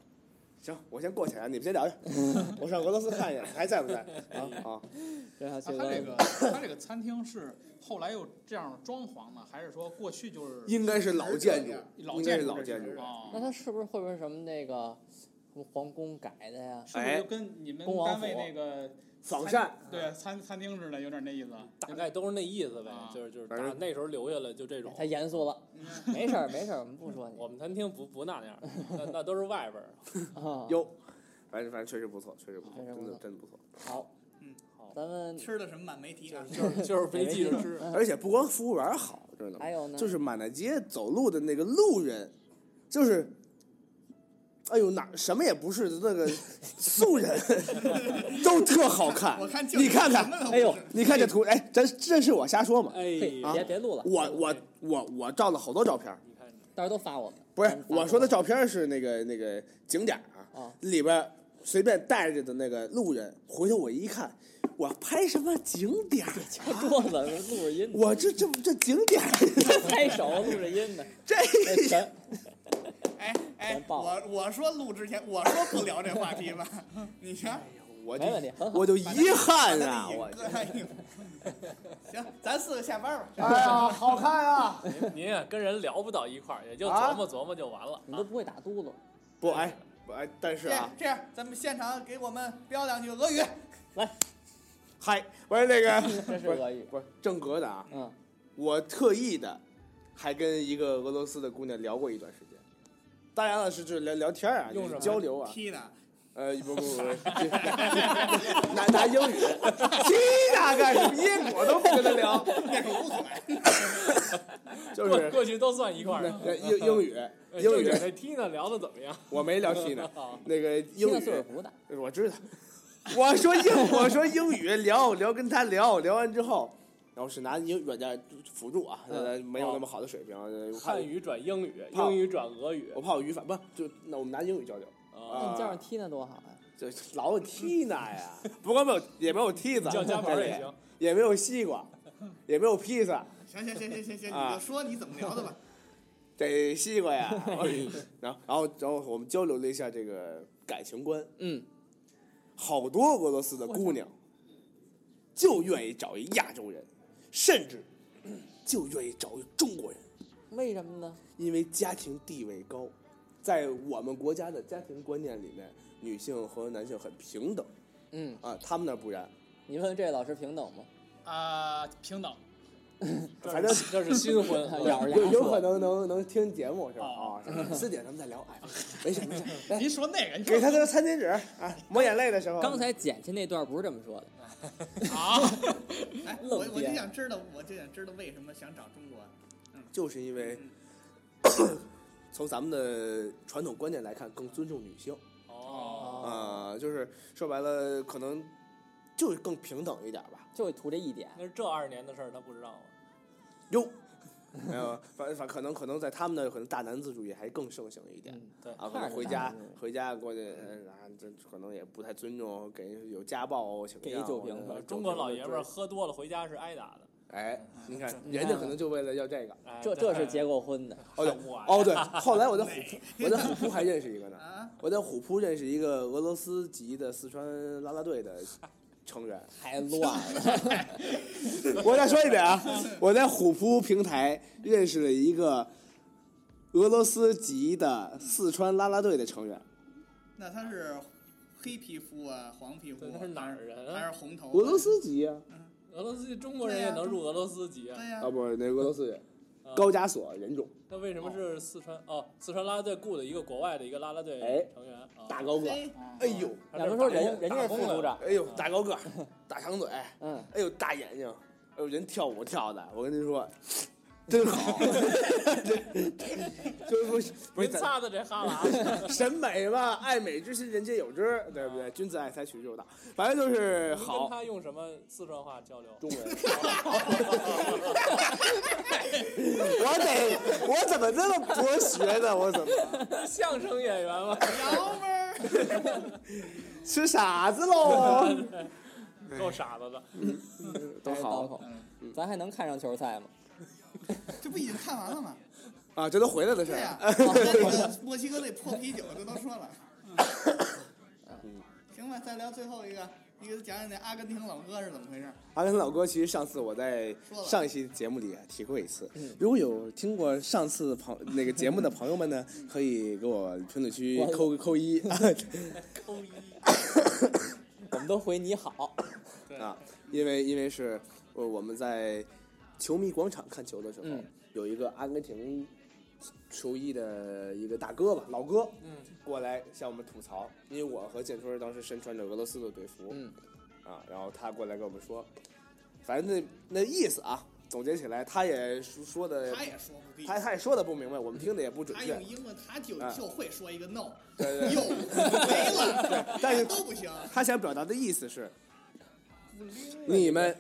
Speaker 3: 行，我先过去啊，你们先聊去，我上俄罗斯看一眼，还在不在啊啊？
Speaker 1: 让他
Speaker 5: 他
Speaker 1: 去
Speaker 5: 这
Speaker 1: 问
Speaker 5: 个他这个餐厅是后来又这样装潢呢，还是说过去就是
Speaker 3: 应该是老建筑，
Speaker 5: 老
Speaker 3: 应该
Speaker 5: 建
Speaker 3: 是
Speaker 5: 筑
Speaker 3: 老建筑
Speaker 4: 这，
Speaker 1: 那
Speaker 5: 啊？
Speaker 1: 他是不是会不会什么那个什么皇宫改的呀？
Speaker 5: 是不
Speaker 3: 哎
Speaker 5: 是就跟你们
Speaker 1: 恭王
Speaker 5: 单位
Speaker 1: 府
Speaker 5: 那个
Speaker 3: 仿
Speaker 5: 餐
Speaker 3: 膳，
Speaker 5: 对餐餐厅似的，有点那意思？
Speaker 2: 大概都是那意思呗
Speaker 5: 啊，
Speaker 2: 就是就是
Speaker 3: 反
Speaker 2: 大
Speaker 3: 正
Speaker 2: 那时候留下来就这种。
Speaker 1: 他严肃了，
Speaker 3: 嗯
Speaker 1: 没事儿没事儿，我们不 说你
Speaker 2: 我们餐厅不不那样，那那都是外边儿。
Speaker 1: 啊。
Speaker 3: 有，反正反正确实不错，确实不错，
Speaker 1: 确实不
Speaker 3: 真的
Speaker 1: 错
Speaker 3: 真的不错。
Speaker 1: 好，
Speaker 4: 嗯
Speaker 2: 好
Speaker 1: 咱们
Speaker 4: 吃的什么满媒体啊？
Speaker 2: 就是就是没记着吃，
Speaker 1: 嗯
Speaker 3: 而且不光服务员儿好，知道吗
Speaker 1: 还？有呢，
Speaker 3: 就是满大街走路的那个路人，就是，哎呦哪什么也不是的那个素人， 都特好看
Speaker 4: 我看。就是
Speaker 3: 你看看
Speaker 4: 什么都，不
Speaker 3: 哎呦
Speaker 4: 是，
Speaker 3: 你看这图，哎，这这是我瞎说嘛？
Speaker 2: 哎
Speaker 1: 嘿，
Speaker 3: 啊
Speaker 2: 呀，
Speaker 1: 别别录了，
Speaker 3: 我我我我照了好多照片儿，
Speaker 2: 你看你
Speaker 1: 到时候都发我们。
Speaker 3: 不
Speaker 1: 咱
Speaker 3: 是
Speaker 1: 们发
Speaker 3: 我说的
Speaker 1: 们
Speaker 3: 照片儿是那个那个景点儿
Speaker 1: 啊
Speaker 3: 里边儿随便带着的那个路人，回头我一看，我拍什么景点儿啊？
Speaker 1: 桌子录着音呢，
Speaker 3: 我这这这景点儿，
Speaker 1: 拍手录着音呢，
Speaker 3: 这
Speaker 1: 那全
Speaker 4: 哎哎
Speaker 1: 全，爆
Speaker 4: 我我说录之前我说不聊这话题吧，你 瞧，
Speaker 3: 我就
Speaker 1: 没问题，很好。
Speaker 3: 我就遗憾
Speaker 4: 把
Speaker 3: 啊，
Speaker 4: 他给
Speaker 3: 我
Speaker 4: 引。哥哎呦行，咱四个下班吧。
Speaker 3: 哎呀，好看啊！
Speaker 2: 您您也跟人聊不到一块儿，也就琢磨琢磨就完了。
Speaker 1: 你都不会打 嘟噜，
Speaker 3: 不，哎，不，哎，但是
Speaker 4: 这样
Speaker 3: 啊，
Speaker 4: 这样，咱们现场给我们标两句俄语。
Speaker 3: 嗨，不是那个，
Speaker 1: 这是俄语。
Speaker 3: 不是正格的啊，
Speaker 1: 嗯，
Speaker 3: 我特意的还跟一个俄罗斯的姑娘聊过一段时间。当然了，是就是聊聊天啊，
Speaker 2: 用
Speaker 3: 就是
Speaker 2: 什么
Speaker 3: 交流啊，
Speaker 4: 踢呢？
Speaker 3: 呃，不不不， 不拿 拿英语，踢他干什么？英语我都不跟他聊，
Speaker 4: 那是乌克兰。
Speaker 3: 就
Speaker 2: 啊过
Speaker 3: 是
Speaker 2: 过去都算一块儿啊
Speaker 3: 那
Speaker 2: 的。
Speaker 3: 那英英 语
Speaker 2: 哎
Speaker 3: 英语
Speaker 2: 正经那 Tina 聊的怎么样？啊
Speaker 3: 我没聊踢 呢，那个英
Speaker 1: 听着岁数
Speaker 3: 语
Speaker 1: 不大，
Speaker 3: 我知道，我说英我说英语聊聊跟他聊聊完之后，然后是拿英语软件辅助啊，
Speaker 1: 嗯
Speaker 3: 呃没有那么好的水平，呃我怕
Speaker 2: 哦汉语转英语，
Speaker 3: 怕
Speaker 2: 英语转俄语
Speaker 3: 我怕我语法不就那我们拿英语交流，
Speaker 2: 啊，
Speaker 1: 那你叫上
Speaker 3: 啊，
Speaker 1: Tina 多好呀！
Speaker 3: 就老有踢呢呀， 不光没有也没有梯子，
Speaker 2: 叫加班儿也
Speaker 3: 这里
Speaker 2: 行。
Speaker 3: 也没有西瓜，也没有披萨，
Speaker 4: 行行行行行行，
Speaker 3: 啊
Speaker 4: 你就说你怎么聊的吧。
Speaker 3: 得西瓜 呀， 然后然后然后我们交流了一下这个感情观，
Speaker 1: 嗯，
Speaker 3: 好多俄罗斯的姑娘就愿意找一亚洲人，甚至 就愿意找一中国人，
Speaker 1: 为什么呢？
Speaker 3: 因为家庭地位高，在我们国家的家庭观念里面，女性和男性很平等，
Speaker 1: 嗯，
Speaker 3: 啊，他们那儿不然，
Speaker 1: 你问这老师平等吗？
Speaker 5: 啊，平等，
Speaker 3: 反正
Speaker 2: 这是新婚，
Speaker 1: 咬着牙
Speaker 3: 有有
Speaker 1: 说
Speaker 3: 可能能能听节目是吧？
Speaker 5: 哦
Speaker 3: 啊，四点咱们再聊，哎，没事没事，来
Speaker 5: 您说那个，
Speaker 3: 哎
Speaker 5: 你
Speaker 3: 给
Speaker 5: 说
Speaker 3: 他个餐巾纸 啊，抹眼泪的时候。
Speaker 1: 刚才剪去那段不是这么说的，
Speaker 5: 啊，
Speaker 4: 哎，我
Speaker 1: 愣
Speaker 4: 我就
Speaker 1: 编
Speaker 4: 想知道，我就想知道为什么想找中国？
Speaker 3: 就是因为
Speaker 4: 嗯
Speaker 3: 从咱们的传统观念来看，更尊重女性
Speaker 2: 哦，
Speaker 3: 啊、就是说白了，可能就是更平等一点吧。
Speaker 1: 就图这一点。
Speaker 2: 那是这二十年的事儿，他不知道吗？
Speaker 3: 哟，没有，反反可能可能在他们那儿，可能大男子主义还更盛行一点。
Speaker 1: 嗯，
Speaker 2: 对，
Speaker 3: 啊，可
Speaker 1: 看
Speaker 3: 能
Speaker 1: 着
Speaker 3: 回
Speaker 1: 大
Speaker 3: 家
Speaker 1: 男子主义
Speaker 3: 回家过去，嗯啊，这可能也不太尊重，给人有家暴倾
Speaker 1: 给
Speaker 3: 向。
Speaker 1: 一酒瓶
Speaker 3: 或者
Speaker 1: 子
Speaker 2: 中国老
Speaker 3: 对
Speaker 2: 爷们儿喝多了回家是挨打的。
Speaker 3: 哎，你看
Speaker 1: 你
Speaker 3: 人
Speaker 1: 看
Speaker 3: 家可
Speaker 1: 看
Speaker 3: 能就为了要这个。
Speaker 2: 哎
Speaker 1: 这这是结过婚的，
Speaker 3: 哦对，
Speaker 2: 我
Speaker 3: 哦 对，后来我在虎扑，我在虎扑还认识一个呢。
Speaker 4: 啊，
Speaker 3: 我在虎扑认识一个俄罗斯籍的四川啦啦队的成员。
Speaker 1: 太 乱了。
Speaker 3: 我再说一遍啊，我在虎扑平台认识了一个俄罗斯籍的四川啦啦队的成员，
Speaker 4: 那他是黑皮肤啊，黄皮肤
Speaker 2: 对
Speaker 4: 啊、
Speaker 2: 他是哪儿人啊
Speaker 4: 还是红头？
Speaker 3: 俄罗斯籍啊，
Speaker 2: 俄罗斯中国人也能入俄罗斯籍啊？
Speaker 4: 对呀、
Speaker 3: 啊不是那俄罗斯人，
Speaker 2: 啊
Speaker 3: 高加索人种，
Speaker 2: 那为什么是四川？哦，四川啦啦队雇的一个国外的一个啦啦队
Speaker 3: 哎
Speaker 2: 成员啊，
Speaker 3: 大高个，
Speaker 4: 嘿
Speaker 3: 哎呦，
Speaker 2: 他
Speaker 1: 要
Speaker 2: 这
Speaker 1: 不说
Speaker 2: 打
Speaker 1: 哦
Speaker 2: 工
Speaker 1: 人人家是
Speaker 2: 打工
Speaker 1: 副
Speaker 2: 的
Speaker 1: 组长，
Speaker 3: 哎呦，大高个，大长嘴，
Speaker 1: 嗯，
Speaker 3: 哎呦，大眼睛，哎呦，人跳舞跳的，我跟您说，真好， 就是不是不是
Speaker 2: 您
Speaker 3: 咱
Speaker 2: 擦的这哈 喇，
Speaker 3: 审美嘛，爱美之心，人皆有之，对不对？君子爱财，取之有道。反正就是
Speaker 2: 您跟
Speaker 3: 好
Speaker 2: 他用什么四川话交流？
Speaker 3: 中文。 我得，我怎么这么博学呢？我 怎 么
Speaker 2: 相声演员吗？
Speaker 4: 老妹儿，
Speaker 3: 吃傻子喽？
Speaker 2: 够傻子的。
Speaker 3: 都
Speaker 1: 刀
Speaker 3: 好
Speaker 1: 口，
Speaker 4: 嗯，
Speaker 1: 咱还能看上球赛吗？
Speaker 4: 这不已经看完 了吗？
Speaker 3: 啊，这都回来的事
Speaker 4: 对呀、
Speaker 3: 儿。
Speaker 4: 那那个墨西哥那破啤酒这都说了。
Speaker 3: 嗯
Speaker 4: 嗯行吧，再聊最后一个，你给他讲讲那阿根廷老哥是怎么回事？
Speaker 3: 阿根廷老哥，其实上次我在
Speaker 4: 说了
Speaker 3: 上一期节目里啊提过一次。如果有听过上次朋那个节目的朋友们呢，可以给我评论区
Speaker 1: 我
Speaker 3: 扣扣 一。
Speaker 2: 扣一，
Speaker 1: 我们都回你好，
Speaker 3: 啊，因为因为是呃我们在球迷广场看球的时候，
Speaker 1: 嗯
Speaker 3: 有一个阿根廷球衣的一个大哥吧，老哥，
Speaker 2: 嗯，
Speaker 3: 过来向我们吐槽，因为我和建春当时身穿着俄罗斯的队服，
Speaker 1: 嗯，
Speaker 3: 啊，然后他过来跟我们说，反正那那意思啊，总结起来，他也说说的
Speaker 4: 他。也说不定，
Speaker 3: 他他也说的不明白，我们听的也不准
Speaker 4: 他
Speaker 3: 确
Speaker 4: 用，英文他就
Speaker 3: 哎
Speaker 4: 就会说一个 no，
Speaker 3: 对对
Speaker 4: 又没了，
Speaker 3: 但是
Speaker 4: 都不行。
Speaker 3: 他想表达的意思是，你们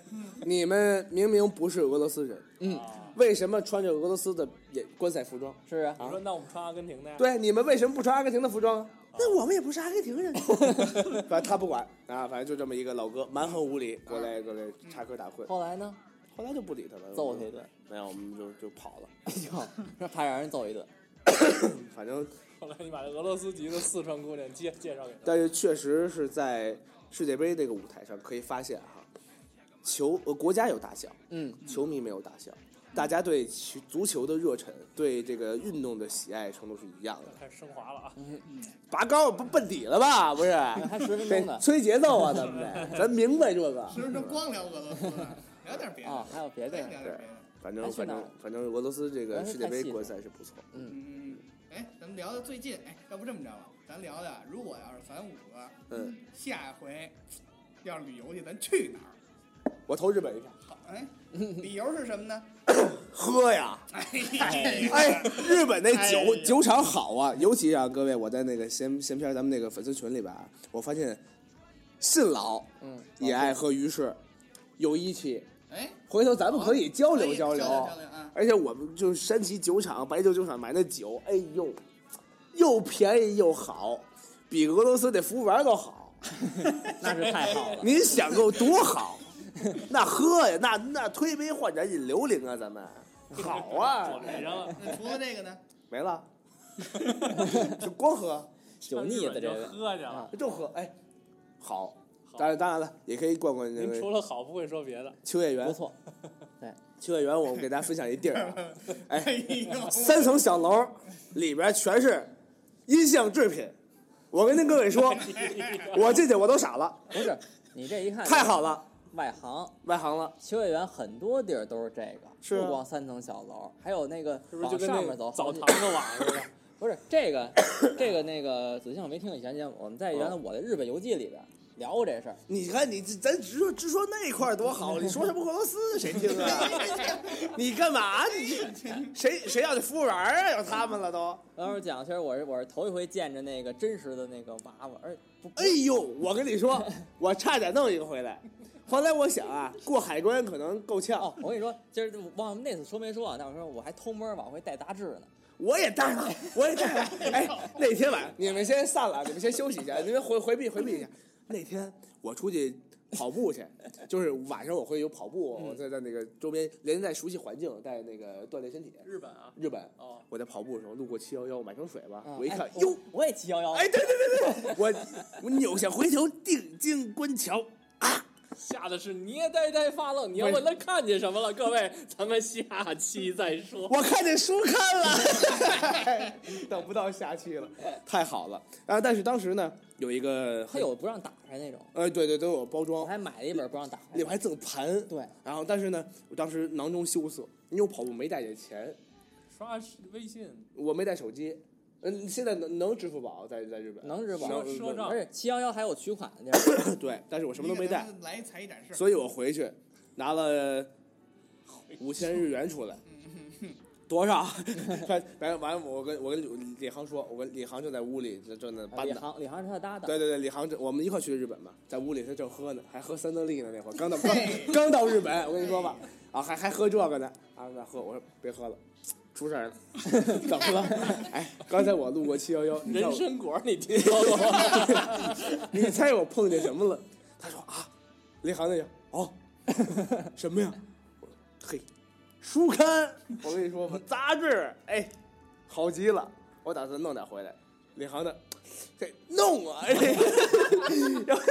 Speaker 3: 你们明明不是俄罗斯人，
Speaker 2: 啊
Speaker 3: 为什么穿着俄罗斯的也观赛服装？
Speaker 1: 是啊，
Speaker 2: 你说那我们穿阿根廷的呀？
Speaker 3: 对，你们为什么不穿阿根廷的服装啊？那我们也不是阿根廷人。 反正他不管啊，反正就这么一个老哥，蛮横无理，过来过来插科打诨。
Speaker 1: 后来呢？
Speaker 3: 后来就不理他了，
Speaker 1: 揍他 一顿，
Speaker 3: 没有，我们就就跑了。
Speaker 1: 哎呦，怕让人揍一顿。
Speaker 3: 反正，
Speaker 2: 后来你把这俄罗斯籍的四川姑娘介介绍给他，
Speaker 3: 但是确实是在世界杯这个舞台上可以发现哈，球呃国家有大小，
Speaker 1: 嗯，
Speaker 3: 球迷没有大小，大家对球足球的热忱，对这个运动的喜爱程度是一样的。
Speaker 2: 开始升华了啊！
Speaker 1: 嗯
Speaker 3: 拔高不奔底了 吧？不是，
Speaker 1: 还十分钟
Speaker 3: 得
Speaker 1: 呢
Speaker 3: 催节奏啊，咱们 得，咱明白这个。
Speaker 4: 十分钟光聊俄罗斯了，聊点别的，
Speaker 1: 啊，还有别
Speaker 4: 聊
Speaker 1: 的
Speaker 4: 点
Speaker 1: 呢？
Speaker 4: 别的。
Speaker 3: 反
Speaker 1: 还
Speaker 3: 正
Speaker 1: 去
Speaker 3: 反
Speaker 1: 哪儿
Speaker 3: 正反正俄罗斯这
Speaker 1: 俄
Speaker 3: 个
Speaker 1: 罗斯
Speaker 3: 世界
Speaker 1: 太
Speaker 3: 杯
Speaker 1: 细
Speaker 3: 国
Speaker 1: 了
Speaker 3: 赛是不错，
Speaker 4: 嗯，哎，咱们聊聊最近，哎，要不这么着吧，咱聊聊，如果要是咱五个
Speaker 3: 嗯，
Speaker 4: 下一回要是旅游去，咱去哪儿？
Speaker 3: 我投日本一票，
Speaker 4: 好， 哎，理由是什么呢？
Speaker 3: 喝呀！
Speaker 4: 哎呀，
Speaker 3: 哎，日本那
Speaker 4: 哎
Speaker 3: 酒
Speaker 4: 呀
Speaker 3: 酒厂好啊，尤其啊，各位，我在那个闲闲篇咱们那个粉丝群里边啊，我发现信老
Speaker 1: 嗯，
Speaker 3: 也爱喝鱼翅，有义气，
Speaker 4: 哎，
Speaker 3: 回头咱们可以交
Speaker 4: 可
Speaker 3: 流
Speaker 4: 以交
Speaker 3: 流。
Speaker 4: 交流啊。
Speaker 3: 而且我们就是山崎酒厂、白酒酒厂买那酒，哎呦，又便宜又好，比俄罗斯那服务员都好。
Speaker 1: 那是太好 了。
Speaker 3: 您想够多好？ 那喝呀，那那推杯换盏饮流铃啊，咱 们好啊，
Speaker 2: 拽上了，
Speaker 4: 那除了这个呢？
Speaker 3: 没了， 就光喝，
Speaker 1: 酒腻子这啊
Speaker 2: 上日本就
Speaker 1: 位，
Speaker 2: 喝去了。
Speaker 3: 就喝，哎，好。
Speaker 2: 好
Speaker 3: 当然，当然了，也可以逛逛那
Speaker 2: 您除
Speaker 3: 个
Speaker 2: 了好不会说别的，
Speaker 3: 秋叶
Speaker 1: 不
Speaker 3: 原。
Speaker 1: 错，
Speaker 3: 秋叶原，我给大家分享一 地儿啊，
Speaker 4: 哎呦，
Speaker 3: 三层小楼，里边全是音像制品，我跟各位 说，我进去我都傻了，
Speaker 1: 不是你这一看
Speaker 3: 太好，了，
Speaker 1: 外行。
Speaker 3: 外行了。
Speaker 1: 秋叶原很多地儿都是这个，
Speaker 3: 是啊
Speaker 1: 不光三层小楼，还有那个
Speaker 2: 是不是
Speaker 1: 往
Speaker 2: 就跟
Speaker 1: 上
Speaker 2: 那
Speaker 1: 面 走
Speaker 2: 澡
Speaker 1: 好几
Speaker 2: 堂子瓦似的？
Speaker 1: 不是这个， 这个那个，子敬我没听以前节目，我们在
Speaker 3: 哦
Speaker 1: 原来我的日本游记里边聊过这事儿。
Speaker 3: 你看你这，咱直说直说那块儿多好，你说什么俄罗斯谁听啊？
Speaker 4: 哎
Speaker 3: 你干嘛？你 这谁谁要这服务员啊？有他们了都。
Speaker 1: 当时讲，其实我是我是头一回见着那个真实的那个娃娃，而不
Speaker 3: 哎呦，我跟 你说，我差点弄一个回来，后来我想啊，过海关可能够呛。
Speaker 1: 哦，我跟你说，今儿我忘了那次说没说啊？但我说我还偷摸往回带杂志呢。
Speaker 3: 我也带了，我 也带了。哎，那天晚上你们先散了，你们先休息一下，你们回回避回避一下。那天我出去跑步去，就是晚上我会有跑步，
Speaker 2: 嗯
Speaker 3: 我在在那个周边，人在熟悉环境，在那个锻炼身体。
Speaker 2: 日本啊，
Speaker 3: 日本，
Speaker 2: 哦，
Speaker 3: 我在跑步的时候路过七幺幺，买瓶水吧
Speaker 1: 啊，
Speaker 3: 我一看
Speaker 1: 哎，
Speaker 3: 哟，
Speaker 1: 我也七幺幺，
Speaker 3: 哎，对对对对，我我扭下回头定睛观瞧，
Speaker 2: 吓得是捏呆呆发愣。你要问他看见什么了， 各位，咱们下期再说。
Speaker 3: 我看见书看了， 等不到下期了，太好了啊！但是当时呢，有一个
Speaker 1: 还
Speaker 3: 很
Speaker 1: 有不让打开那种，
Speaker 3: 呃，对对，都有包
Speaker 1: 我
Speaker 3: 装，
Speaker 1: 还买了一本不让打开的。
Speaker 3: 里 面还赠盘。
Speaker 1: 对，
Speaker 3: 然后，但是呢，我当时囊中羞涩，因为我跑步没带这钱，
Speaker 2: 刷微信，
Speaker 3: 我没带手机。嗯，现在能能支付宝在在日本
Speaker 1: 能支付宝
Speaker 3: 能嗯
Speaker 2: 赊赊账
Speaker 1: 而且七幺幺还有取款的地儿，
Speaker 3: 对，但是我什
Speaker 4: 什
Speaker 3: 么都没带，，
Speaker 4: 来一才艺展示，
Speaker 3: 所以我回去拿了五千日元出来，多少？反正完，我跟我跟李李航说，我跟李航正在屋里正正在搬
Speaker 1: 哎啊李
Speaker 3: 呢。
Speaker 1: 航李航是他的搭档。
Speaker 3: 对对对，李航这我们一块去的日本嘛，在屋里他正喝呢，还喝三得利呢，那会儿刚到刚
Speaker 4: 嘿
Speaker 3: 刚到日本，我跟你说吧，啊还还喝这个呢，啊那喝我说别喝了， 出事儿了，怎么了？哎，刚才我路过七幺幺，你猜
Speaker 2: 人
Speaker 3: 我
Speaker 2: 参果你听说过 吗？
Speaker 3: 你猜我碰见什么了？他说啊，李航那叫哦， 什么呀？我说嘿，书刊，我跟你说吧，杂志，哎，好极了，我打算弄点回来。李航的，嘿，弄啊，哎、 然后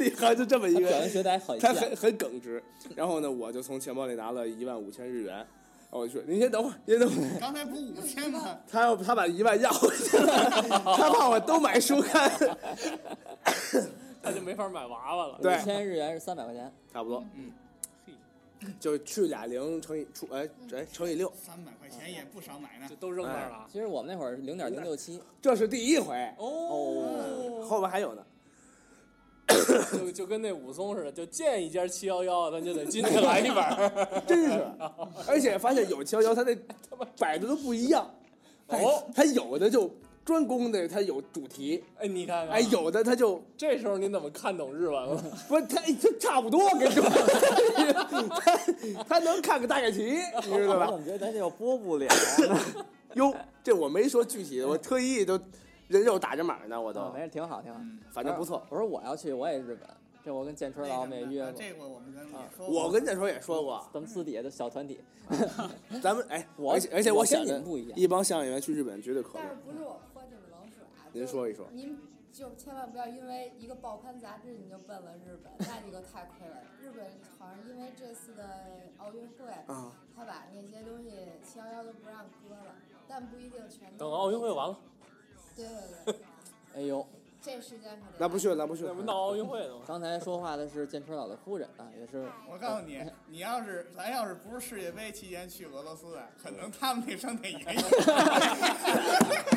Speaker 3: 李航就这么一
Speaker 1: 他
Speaker 3: 个
Speaker 1: 表现学的还很
Speaker 3: 他
Speaker 1: 像，
Speaker 3: 很很耿直。然后呢，我就从钱包里拿了一万五千日元。然后我就说：“您先等会儿，您先等会儿。
Speaker 4: 刚才不是五千 吗”？
Speaker 3: 他要他把一万要回去了， 他怕我都买书看。
Speaker 2: 他就没法买娃娃了。
Speaker 3: 对
Speaker 1: 五千日元是三百块钱，
Speaker 3: 差不多，
Speaker 4: 嗯
Speaker 2: 嘿，
Speaker 3: 就是去俩零乘以除哎
Speaker 2: 嗯
Speaker 3: 哎乘以六，
Speaker 4: 三百块钱也不少买呢
Speaker 2: 就。都扔那儿了。
Speaker 1: 其实我们那会儿是零点零六七，
Speaker 3: 这是第一回，
Speaker 2: 哎哦，
Speaker 3: 后边还有呢。
Speaker 2: 就就跟那武松似的，就见一家七幺幺，咱就得进去来一本儿。
Speaker 3: 真 是，而且发现有七幺幺，它那摆的都不一样。
Speaker 2: 哦，
Speaker 3: 它有的就专攻的，它有主题；
Speaker 2: 哎，你看看，
Speaker 3: 哎，，有的它就
Speaker 2: 这时候你怎么看懂日文了？
Speaker 3: 不，它它差不多，跟你 说，它它能看个大概 齐，你 知道
Speaker 1: 我
Speaker 3: 吧
Speaker 1: 怎？么觉得咱这又播不了呢？
Speaker 3: 哟，这我没说具体的，我特意都人肉打着码呢，我
Speaker 1: 啊
Speaker 3: 都
Speaker 1: 没，事，挺好，挺好。
Speaker 3: 嗯反正不错。
Speaker 1: 我说我要去，我也日本，这我跟建春老我们也约
Speaker 4: 啊
Speaker 1: 过，
Speaker 4: 这个我们跟
Speaker 1: 啊
Speaker 4: 也
Speaker 2: 哦
Speaker 4: 说过，
Speaker 3: 我跟那时候也说过，
Speaker 1: 咱们私底下的小团体。
Speaker 3: 咱们哎，
Speaker 1: 我
Speaker 3: 而且而且
Speaker 1: 我跟
Speaker 3: 想
Speaker 1: 你
Speaker 3: 着
Speaker 1: 们不一样
Speaker 3: 一帮相声演员去日本绝对可以
Speaker 6: 但。是不是我泼你们冷水啊？
Speaker 3: 您
Speaker 6: 就
Speaker 3: 说一说
Speaker 6: 您就千万不要因为一个报刊杂志你就奔了日本，那你可太亏了。日本好像因为这次的奥运会，
Speaker 3: 啊，
Speaker 6: 他把那些东西七幺幺都不让搁了，但不一定全都。
Speaker 2: 等奥运会完。 了，
Speaker 6: 对对对，
Speaker 1: 哎呦，
Speaker 6: 这时间可得
Speaker 3: 那不去，那不去
Speaker 2: 那，不闹奥运会呢吗？
Speaker 1: 刚才说话的是建春老的夫人啊，也是
Speaker 4: 我告诉你，
Speaker 3: 哦
Speaker 4: 你要是咱要是不是世界杯期间去俄罗斯啊，可能他们那商店也有。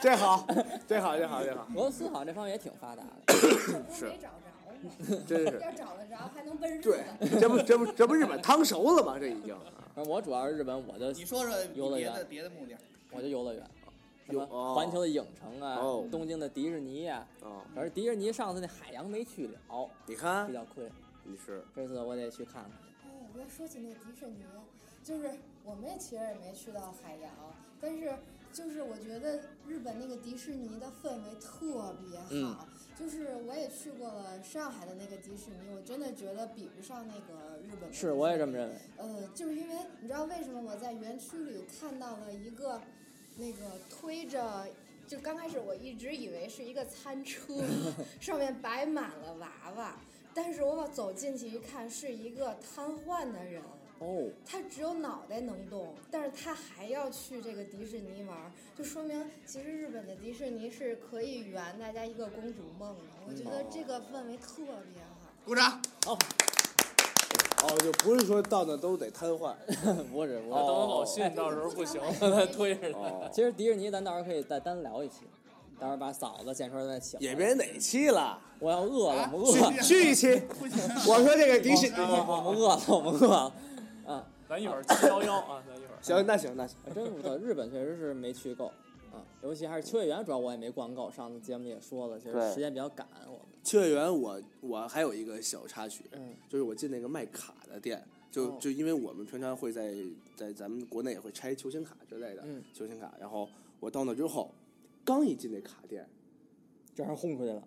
Speaker 3: 这 好，这好，这好，这好，
Speaker 1: 俄罗斯好像这方面也挺发达的。
Speaker 6: 这不
Speaker 3: 是
Speaker 6: 没找着吗？
Speaker 3: 真是。
Speaker 6: 要找得着还能奔日
Speaker 3: 对
Speaker 6: 本。，
Speaker 3: 这不这不这不日本汤熟了吗？这已经啊
Speaker 1: 而我主要是日本，我就
Speaker 4: 你说说
Speaker 1: 游乐
Speaker 4: 别的
Speaker 1: 园
Speaker 4: 别的目的地儿，
Speaker 1: 我就游乐园，什
Speaker 3: 有
Speaker 1: 么
Speaker 3: 哦
Speaker 1: 环球的影城啊
Speaker 3: 哦，
Speaker 1: 东京的迪士尼啊。
Speaker 3: 哦，
Speaker 1: 可是迪士尼上次那海洋没去了，
Speaker 3: 你看
Speaker 1: 比较亏。
Speaker 3: 你是
Speaker 1: 这次我得去看看。
Speaker 6: 哎，我要说起那迪士尼，就是我们也其实也没去到海洋，但是就是我觉得日本那个迪士尼的氛围特别好，
Speaker 1: 嗯
Speaker 6: 就是我也去过了上海的那个迪士尼，我真的觉得比不上那个日本的。
Speaker 1: 是，我也这么认为。
Speaker 6: 呃，就是因为你知道为什么我在园区里看到了一个那个推着，就刚开始我一直以为是一个餐车，上面摆满了娃娃，但是我走进去一看，是一个瘫痪的人。
Speaker 1: 哦，
Speaker 6: 他只有脑袋能动，但是他还要去这个迪士尼玩儿，就说明其实日本的迪士尼是可以圆大家一个公主梦的。我觉得这个氛围特别好。
Speaker 4: 鼓掌。
Speaker 3: 哦，就不是说到那都得瘫痪。
Speaker 1: 不是我
Speaker 2: 那
Speaker 1: 是。
Speaker 2: 等
Speaker 3: 哦
Speaker 2: 好信到时候不行了，他推着他。
Speaker 3: 哦，
Speaker 1: 其实迪士尼咱到时候可以再单聊一期，到时候把嫂子建川再请。
Speaker 3: 也别哪期了，
Speaker 1: 我要饿了，我们饿
Speaker 4: 啊
Speaker 1: 了，
Speaker 3: 去一期。哦
Speaker 4: 不行，
Speaker 3: 我说这个迪士尼，
Speaker 1: 我们饿了，我们饿了。 啊，
Speaker 2: 咱一会儿七幺幺啊，咱一会儿。
Speaker 3: 行，那行那行，
Speaker 1: 真不错，日本确实是没去够啊，尤其还是秋叶原，主要我也没逛够。上次节目里也说了，其实
Speaker 3: 对
Speaker 1: 时间比较赶，我们
Speaker 3: 秋叶原我我还有一个小插曲，
Speaker 1: 嗯
Speaker 3: 就是我进那个卖卡的店，就、
Speaker 1: 哦
Speaker 3: 就因为我们平常会在在咱们国内也会拆球星卡之类的，
Speaker 1: 嗯
Speaker 3: 球星卡，然后我到那之后，刚一进那卡店，
Speaker 1: 这还轰出去了。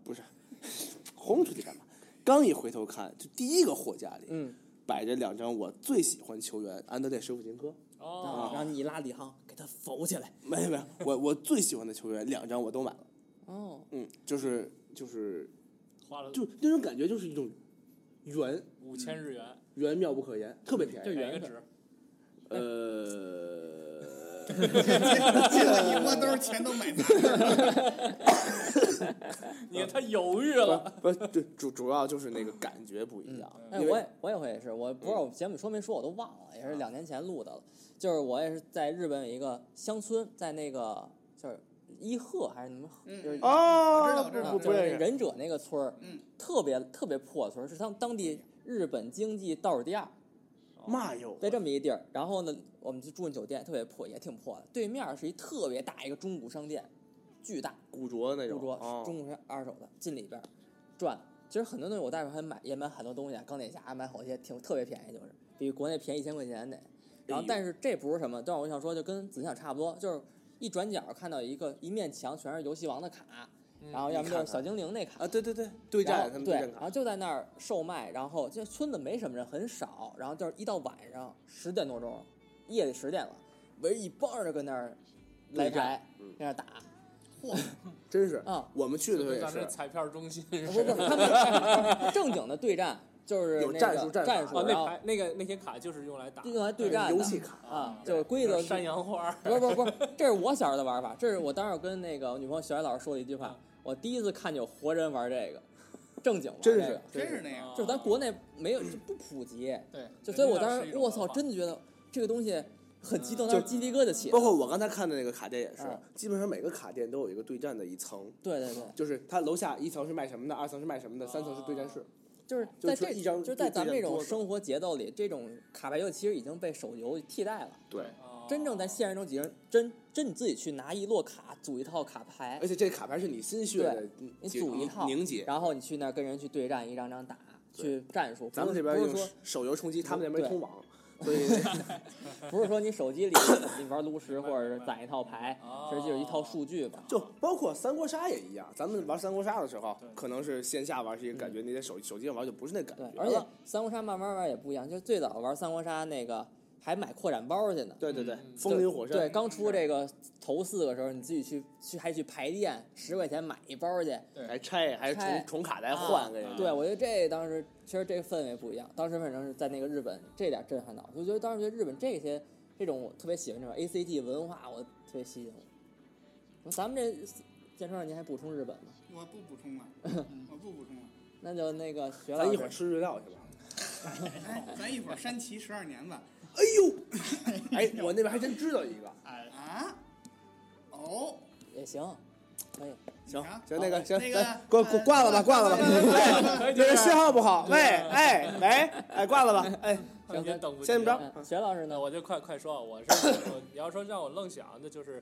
Speaker 3: 轰出去干嘛？刚一回头看，就第一个货架里、
Speaker 1: 嗯，
Speaker 3: 摆着两张我最喜欢球员安德烈舍甫琴科，
Speaker 2: 哦
Speaker 1: 啊，然后你拉李航给他扶起来。
Speaker 3: 没有没有，我我最喜欢的球员两张我都买了，
Speaker 1: 哦，
Speaker 3: 嗯，就是就是
Speaker 2: 花了
Speaker 3: 就那种感觉就是一种缘
Speaker 2: 五千日元，
Speaker 3: 缘妙不可言，特别便宜
Speaker 1: 就，
Speaker 2: 哪
Speaker 1: 缘
Speaker 2: 个
Speaker 1: 分
Speaker 2: 值？
Speaker 3: 呃，
Speaker 4: 进了一窝兜儿钱都买砸了。
Speaker 2: 你看他犹豫了，
Speaker 3: 不是，对，主主要就是那个感觉不一样。
Speaker 1: 哎，
Speaker 3: 因为
Speaker 1: 我也我也会是，我不知道我节目说没说，我都忘了，也是两年前录的了。就是我也是在日本有一个乡村，在那个就是伊贺还是什么，
Speaker 4: 嗯
Speaker 1: 就是
Speaker 4: 知道
Speaker 3: 啊
Speaker 4: 我知道
Speaker 3: 不
Speaker 1: 就
Speaker 3: 不
Speaker 1: 是
Speaker 3: 认识，
Speaker 1: 呃忍者那个村儿，
Speaker 4: 嗯
Speaker 1: 特别特别破村儿，是他们当地日本经济倒数第二，
Speaker 3: 嘛哟，
Speaker 1: 在这么一地儿。然后呢，我们就住进酒店，特别破，也挺破的。对面是一特别大一个中古商店，巨大，
Speaker 3: 古着那种，
Speaker 1: 古着哦
Speaker 3: 啊
Speaker 1: 中古是二手的，进里边儿转。其实很多东西我带回来还买，也买很多东西啊，钢铁侠买好些，挺特别便宜，就是比国内便宜一千块钱得。然后，但是这不是什么，但我想说，就跟紫想差不多，就是一转角看到一个一面墙全是游戏王的卡，然后要么就是小精灵那卡，
Speaker 3: 啊，对对对，对
Speaker 1: 然
Speaker 3: 战
Speaker 1: 后
Speaker 3: 他们
Speaker 1: 对，
Speaker 3: 战
Speaker 1: 然
Speaker 3: 卡
Speaker 1: 后就在那儿售卖，然后这村子没什么人，很少，然后就是一到晚上十点多钟，夜里十点了，围着一帮人跟那儿来
Speaker 3: 对战
Speaker 1: 牌
Speaker 3: 嗯，
Speaker 1: 跟那儿打
Speaker 3: 真是
Speaker 1: 啊，
Speaker 3: 我们去的时候
Speaker 2: 跟
Speaker 3: 也
Speaker 2: 咱这
Speaker 3: 是，
Speaker 2: 彩票中心
Speaker 1: 不
Speaker 2: 似
Speaker 1: 是不
Speaker 2: 的。
Speaker 1: 是，他 们正经的对战就是
Speaker 3: 有
Speaker 1: 那
Speaker 3: 战
Speaker 1: 个
Speaker 3: 术战
Speaker 1: 战
Speaker 3: 法
Speaker 1: 术，
Speaker 2: 哦，
Speaker 1: 然
Speaker 2: 那
Speaker 1: 后
Speaker 2: 牌那个那些卡就是用来打
Speaker 1: 用来对战的
Speaker 3: 游戏卡
Speaker 1: 啊，就是规则是
Speaker 2: 山羊花，
Speaker 1: 不是不是不是，这是我小时候的玩法，这是我当时跟那个我女朋友小学老师说的一句话，我第一次看见有活人玩这个，正经玩这
Speaker 3: 真
Speaker 1: 个，
Speaker 3: 是
Speaker 4: 真是那样。
Speaker 3: 哦
Speaker 1: 就是咱国内没有就不普及，
Speaker 2: 嗯
Speaker 5: 对，
Speaker 1: 就所以我当
Speaker 2: 人家是一
Speaker 1: 时
Speaker 2: 种
Speaker 1: 我
Speaker 2: 文
Speaker 1: 操，
Speaker 2: 化
Speaker 1: 真的觉得这个东西很激动，
Speaker 3: 嗯
Speaker 1: 当时鸡皮疙瘩起来
Speaker 3: 包。括我刚才看的那个卡店也是
Speaker 1: 嗯，
Speaker 3: 基本上每个卡店都有一个对战的一层，
Speaker 1: 对对
Speaker 2: 嗯
Speaker 1: 对，
Speaker 3: 就是它楼下一层是卖什么的，二层是卖什么的，三层是对
Speaker 1: 哦
Speaker 3: 战室，
Speaker 1: 就是
Speaker 3: 就
Speaker 1: 在
Speaker 3: 就
Speaker 1: 这，
Speaker 3: 一张
Speaker 1: 就是在咱们这
Speaker 3: 对战
Speaker 1: 种
Speaker 3: 桌子
Speaker 1: 生活节奏里，这种卡牌游其实已经被手游替代了。
Speaker 3: 对。
Speaker 2: 哦
Speaker 1: 真正在现实中几个人真真你自己去拿一摞卡组一套卡牌
Speaker 3: 而，且这卡牌是你心血
Speaker 1: 对
Speaker 3: 的
Speaker 1: 你
Speaker 3: 结
Speaker 1: 组一
Speaker 3: 凝
Speaker 1: 套
Speaker 3: 哎凝结，
Speaker 1: 然后你去那儿跟人去对战，一张张打，去战术。
Speaker 3: 咱
Speaker 1: 不
Speaker 3: 们这
Speaker 1: 是
Speaker 3: 边
Speaker 1: 不
Speaker 3: 用
Speaker 1: 是说
Speaker 3: 手游冲击，他们那
Speaker 1: 对
Speaker 3: 边通网，所以
Speaker 1: 不是说你手机里 你玩炉石或者是攒一套牌，
Speaker 2: 哦
Speaker 1: 其实就是一套数据吧。
Speaker 3: 就包括三国杀也一样，咱们玩三国杀的时候
Speaker 2: 对，嗯
Speaker 3: 可能是线下玩是一个感觉，你在手手机上玩就不是那感
Speaker 1: 对，
Speaker 3: 觉
Speaker 1: 而且
Speaker 3: 了。
Speaker 1: 三国杀慢慢玩也不一样，就是最早玩三国杀那个还买扩展包去呢。
Speaker 3: 对对对，
Speaker 2: 嗯
Speaker 3: 风林火
Speaker 1: 对，
Speaker 3: 山，
Speaker 1: 刚出这个头四个时候，你自己去去还去排店，十块钱买一包去，
Speaker 3: 还拆，还
Speaker 1: 拆
Speaker 3: 重重卡再
Speaker 1: 啊
Speaker 3: 换给人。
Speaker 1: 对，我觉得这当时其实这个氛围不一样，当时反正是在那个日本，这点震撼到我，就觉得当时觉得日本这些这种我特别喜欢这种 A C G 文化，我特别吸引我。咱们这建川，您还补充日本吗？
Speaker 4: 我不补充了，我不补充了。
Speaker 1: 那就那个学
Speaker 3: 咱
Speaker 1: 了
Speaker 3: 一会儿吃日料去吧。
Speaker 4: 哎，咱一会儿山崎十二年吧。
Speaker 3: 哎呦， 哎，我那边还真知道一个。
Speaker 4: 啊？哦，
Speaker 1: 也行，可以。
Speaker 3: 行
Speaker 4: 啊
Speaker 3: 行，那个行，
Speaker 4: 那个呃
Speaker 3: 来给我给我挂了吧，挂了吧。 哎，这个
Speaker 2: 啊
Speaker 3: 信号不好。喂，哎喂，哎，挂了吧。 哎，
Speaker 2: 有点等不及
Speaker 3: 先这么着
Speaker 2: 了
Speaker 1: 嗯，学老师
Speaker 2: 那
Speaker 1: 呢？
Speaker 2: 我就快快说啊，我是我你要说让我愣想，那就是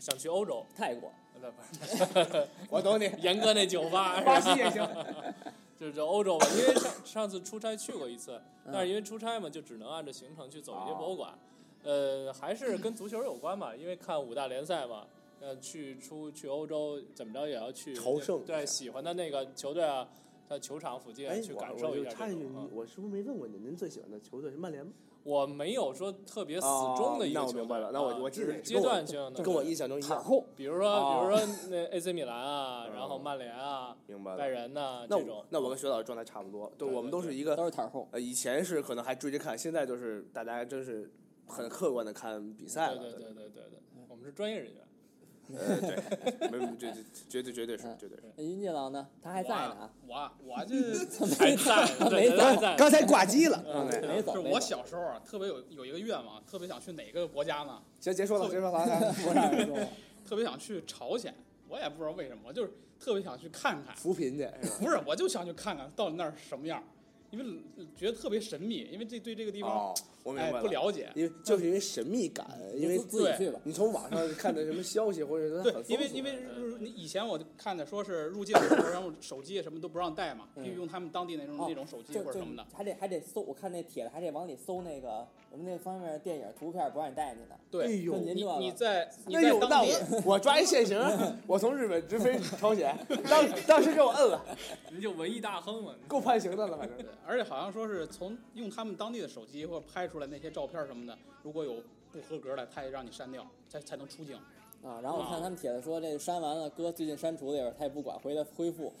Speaker 2: 想去欧洲，
Speaker 1: 泰国，
Speaker 2: 那不是
Speaker 3: 我懂你。
Speaker 2: 严哥那酒吧，是
Speaker 3: 巴
Speaker 2: 吧
Speaker 3: 西也行。
Speaker 2: 就是这欧洲吧，因为上上次出差去过一次，
Speaker 1: 嗯
Speaker 2: 但是因为出差嘛，就只能按照行程去走
Speaker 3: 哦
Speaker 2: 一些博物馆。呃，还是跟足球有关嘛，因为看五大联赛嘛，呃，去出去欧洲怎么着也要去
Speaker 3: 朝圣一下
Speaker 2: 对喜欢的那个球队啊，他球场附
Speaker 3: 哎
Speaker 2: 近，去
Speaker 3: 我
Speaker 2: 感
Speaker 3: 哎我
Speaker 2: 受
Speaker 3: 就
Speaker 2: 一下
Speaker 3: 插
Speaker 2: 这
Speaker 3: 一句
Speaker 2: 种啊，。
Speaker 3: 我是不是没问过您？您最喜欢的球队是曼联吗？
Speaker 2: 我没有说特别死忠的一个
Speaker 3: 哦那我
Speaker 2: 球队。
Speaker 3: 明白了那我
Speaker 2: 啊
Speaker 3: 我记
Speaker 2: 只是
Speaker 3: 得跟
Speaker 2: 阶
Speaker 3: 我
Speaker 2: 段性的，
Speaker 3: 跟我印象中一
Speaker 7: 袒
Speaker 3: 样。
Speaker 7: 护，
Speaker 2: 比如说，
Speaker 3: 哦
Speaker 2: 比如说那 AC 米兰啊，
Speaker 3: 嗯
Speaker 2: 然后曼联啊、
Speaker 3: 明白
Speaker 2: 拜
Speaker 3: 了。
Speaker 2: 仁呐
Speaker 3: 那
Speaker 2: 这种
Speaker 3: 我。那我跟学老师状态差不多，对，
Speaker 2: 对
Speaker 3: 我们都
Speaker 2: 对
Speaker 3: 是一个
Speaker 7: 都是袒护。
Speaker 3: 呃，以前是可能还追着看，现在就是大家真是很客观的看比赛
Speaker 2: 对
Speaker 3: 了。
Speaker 2: 对对对对对，我们是专业人员。
Speaker 3: 呃，对，没有，这这绝对绝对是
Speaker 1: 嗯
Speaker 3: 绝对是。
Speaker 1: 那云姐老呢？他还在呢啊，
Speaker 5: 我啊我这
Speaker 2: 还在，
Speaker 1: 没
Speaker 2: 对
Speaker 1: 走
Speaker 2: 还
Speaker 3: 嗯
Speaker 2: 在。
Speaker 7: 刚才挂机了，
Speaker 2: 嗯
Speaker 3: 对
Speaker 1: 没走。
Speaker 5: 就是
Speaker 1: 没
Speaker 5: 我
Speaker 1: 走
Speaker 5: 小时候啊，特别有有一个愿望，特别想去哪个国家呢？
Speaker 3: 行，结束了，结束了。来
Speaker 7: 我让 人说
Speaker 5: 特别想去朝鲜，我也不知道为什么，我就是特别想去看看。
Speaker 3: 扶贫去，
Speaker 5: 不是，我就想去看看到底那儿是什么样儿，因为觉得特别神秘，因为这对这个地方、
Speaker 3: 哦，我明
Speaker 5: 哎
Speaker 3: 白了。
Speaker 5: 不嗯了解。
Speaker 3: 因为就是因为神秘感，因为
Speaker 7: 自自己去吧。
Speaker 3: 你从网上看的什么消息，或者是
Speaker 5: 对
Speaker 3: 很，
Speaker 5: 因为
Speaker 3: 丰富
Speaker 5: 因为入以前我看的说是入境的时候，然后手机什么都不让带嘛，
Speaker 1: 嗯
Speaker 5: 就用他们当地那种
Speaker 1: 哦
Speaker 5: 那种手机
Speaker 1: 就
Speaker 5: 或者
Speaker 1: 就
Speaker 5: 什么的。
Speaker 1: 还得还得搜，我看那帖子还得往里搜那个我们那方面的电影图片，不让你带进去呢。
Speaker 3: 哎
Speaker 5: 对，
Speaker 3: 呦
Speaker 1: 就，您
Speaker 5: 你
Speaker 1: 这个
Speaker 5: 你在你
Speaker 3: 哎那
Speaker 5: 在
Speaker 3: 有那
Speaker 5: 当地，
Speaker 3: 我我抓一现行，我从日本直飞朝鲜，当当时给我摁了，
Speaker 2: 您就文艺大亨嘛。
Speaker 3: 够判刑的了，反正。
Speaker 5: 对而且好像说是从用他们当地的手机或者拍出来那些照片什么的，如果有不合格的，他也让你删掉，才才能出境。
Speaker 1: 啊，然后我看他们帖子说这删完了，哥最近删除的也是他也不管，回来恢 复。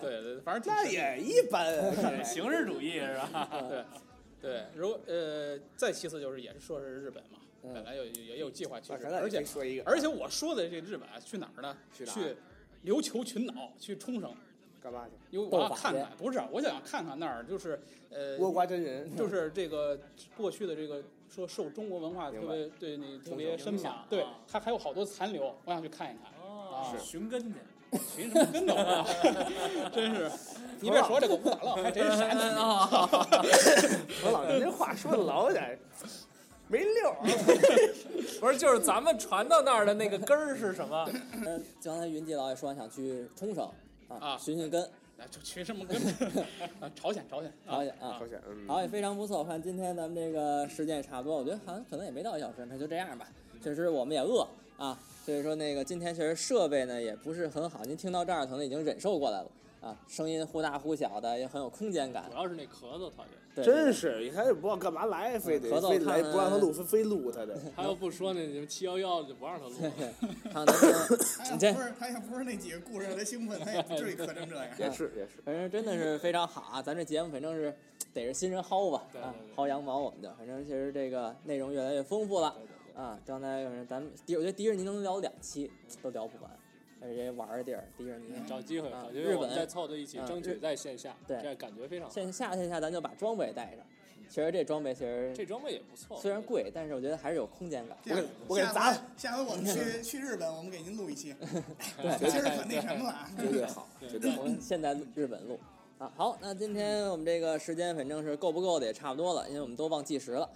Speaker 5: 对对，反正挺
Speaker 3: 那
Speaker 5: 神秘
Speaker 3: 也一 般，啊看来
Speaker 2: 形式主义是吧？
Speaker 5: 对，对，如果呃，再其次就是也是说是日本嘛，
Speaker 1: 嗯
Speaker 5: 本来有也也有计划去
Speaker 3: 啊
Speaker 5: 日
Speaker 3: 咱
Speaker 5: 本，
Speaker 3: 俩
Speaker 5: 而
Speaker 3: 也可以
Speaker 5: 且
Speaker 3: 说一个
Speaker 5: 而且我说的这日本啊去哪儿呢？
Speaker 3: 去
Speaker 5: 去
Speaker 3: 哪儿
Speaker 5: 琉球群岛，去冲绳，
Speaker 3: 干嘛去？
Speaker 5: 因为我
Speaker 1: 斗
Speaker 5: 要
Speaker 1: 法
Speaker 5: 看
Speaker 1: 去
Speaker 5: 看，不是，我想看看那儿，就是呃，
Speaker 3: 倭瓜真人，
Speaker 5: 就是这个过去的这个说受中国文化特
Speaker 3: 明白
Speaker 5: 别对你特
Speaker 3: 冲
Speaker 5: 别
Speaker 3: 绳
Speaker 5: 深
Speaker 2: 影
Speaker 5: 刻
Speaker 2: 响，
Speaker 5: 对
Speaker 2: 啊
Speaker 5: 它还有好多残留，我想去看一啊看。
Speaker 2: 哦
Speaker 5: 是
Speaker 2: 寻根去。
Speaker 5: 寻什么 根斗啊！真是，你别说这个武打浪还真是傻的。
Speaker 3: 我老您这话说的老有点没溜儿。
Speaker 2: 不是，就是咱们传到那儿的那个根儿是什么？
Speaker 1: 嗯，刚才云姐老也说想去冲绳啊，
Speaker 5: 啊
Speaker 1: 寻寻根，
Speaker 5: 哎就去什么根？ 啊，朝鲜，朝鲜，啊
Speaker 1: 朝鲜啊。
Speaker 3: 朝鲜，嗯，
Speaker 1: 好，也非常不错。我看今天咱们这个时间也差不多，我觉得好像可能也没到一小时，那就这样吧。确实我们也饿啊，所以说那个今天确实设备呢也不是很好，您听到这儿可能已经忍受过来了啊，声音忽大忽小的，也很有空间感
Speaker 2: 主。要是那咳嗽讨厌。
Speaker 1: 对，嗯
Speaker 3: 真是一开始不知道干嘛来，非得
Speaker 1: 合作
Speaker 3: 非得
Speaker 1: 看
Speaker 3: 来
Speaker 1: 看
Speaker 3: 不让他录，非非 录他的。
Speaker 2: 他要不说那什么七幺幺就不让他录了。
Speaker 1: 看咱们
Speaker 4: 他
Speaker 1: 你
Speaker 4: 要
Speaker 1: 这
Speaker 4: 哎不是他要不是那几个故事让他兴奋，他也不至于咳成这样。
Speaker 3: 也是也 是，
Speaker 1: 反正真的是非常好啊！咱这节目反正是得是新人薅吧，
Speaker 2: 对
Speaker 1: 啊
Speaker 2: 对，对
Speaker 1: 薅羊毛我们就，反正其实这个内容越来越丰富了
Speaker 2: 对对对
Speaker 1: 啊。刚才反正咱们迪，我觉得迪士尼能聊两期都聊不完，而且玩儿的地儿，迪士尼。
Speaker 2: 找机会，
Speaker 1: 啊
Speaker 2: 找机
Speaker 1: 日
Speaker 2: 会
Speaker 1: 本
Speaker 2: 我们再凑到一起
Speaker 1: 啊，
Speaker 2: 争取在线下，
Speaker 1: 对
Speaker 2: 这样感觉非常好。
Speaker 1: 线下线下咱就把装备带上，其实这装备其实
Speaker 2: 这装备也不错，
Speaker 1: 虽然贵，但是我觉得还是有空间感。
Speaker 4: 这样
Speaker 3: 我给砸了
Speaker 4: 下回下回我们去去日本，我们给您录一 期。
Speaker 1: 对
Speaker 4: 今儿可那什么了啊。
Speaker 3: 绝对好，绝对
Speaker 1: 我
Speaker 3: 好。
Speaker 1: 们现在日本录啊。好，那今天我们这个时间反正是够不够的也差不多了，因为我们都忘计时了。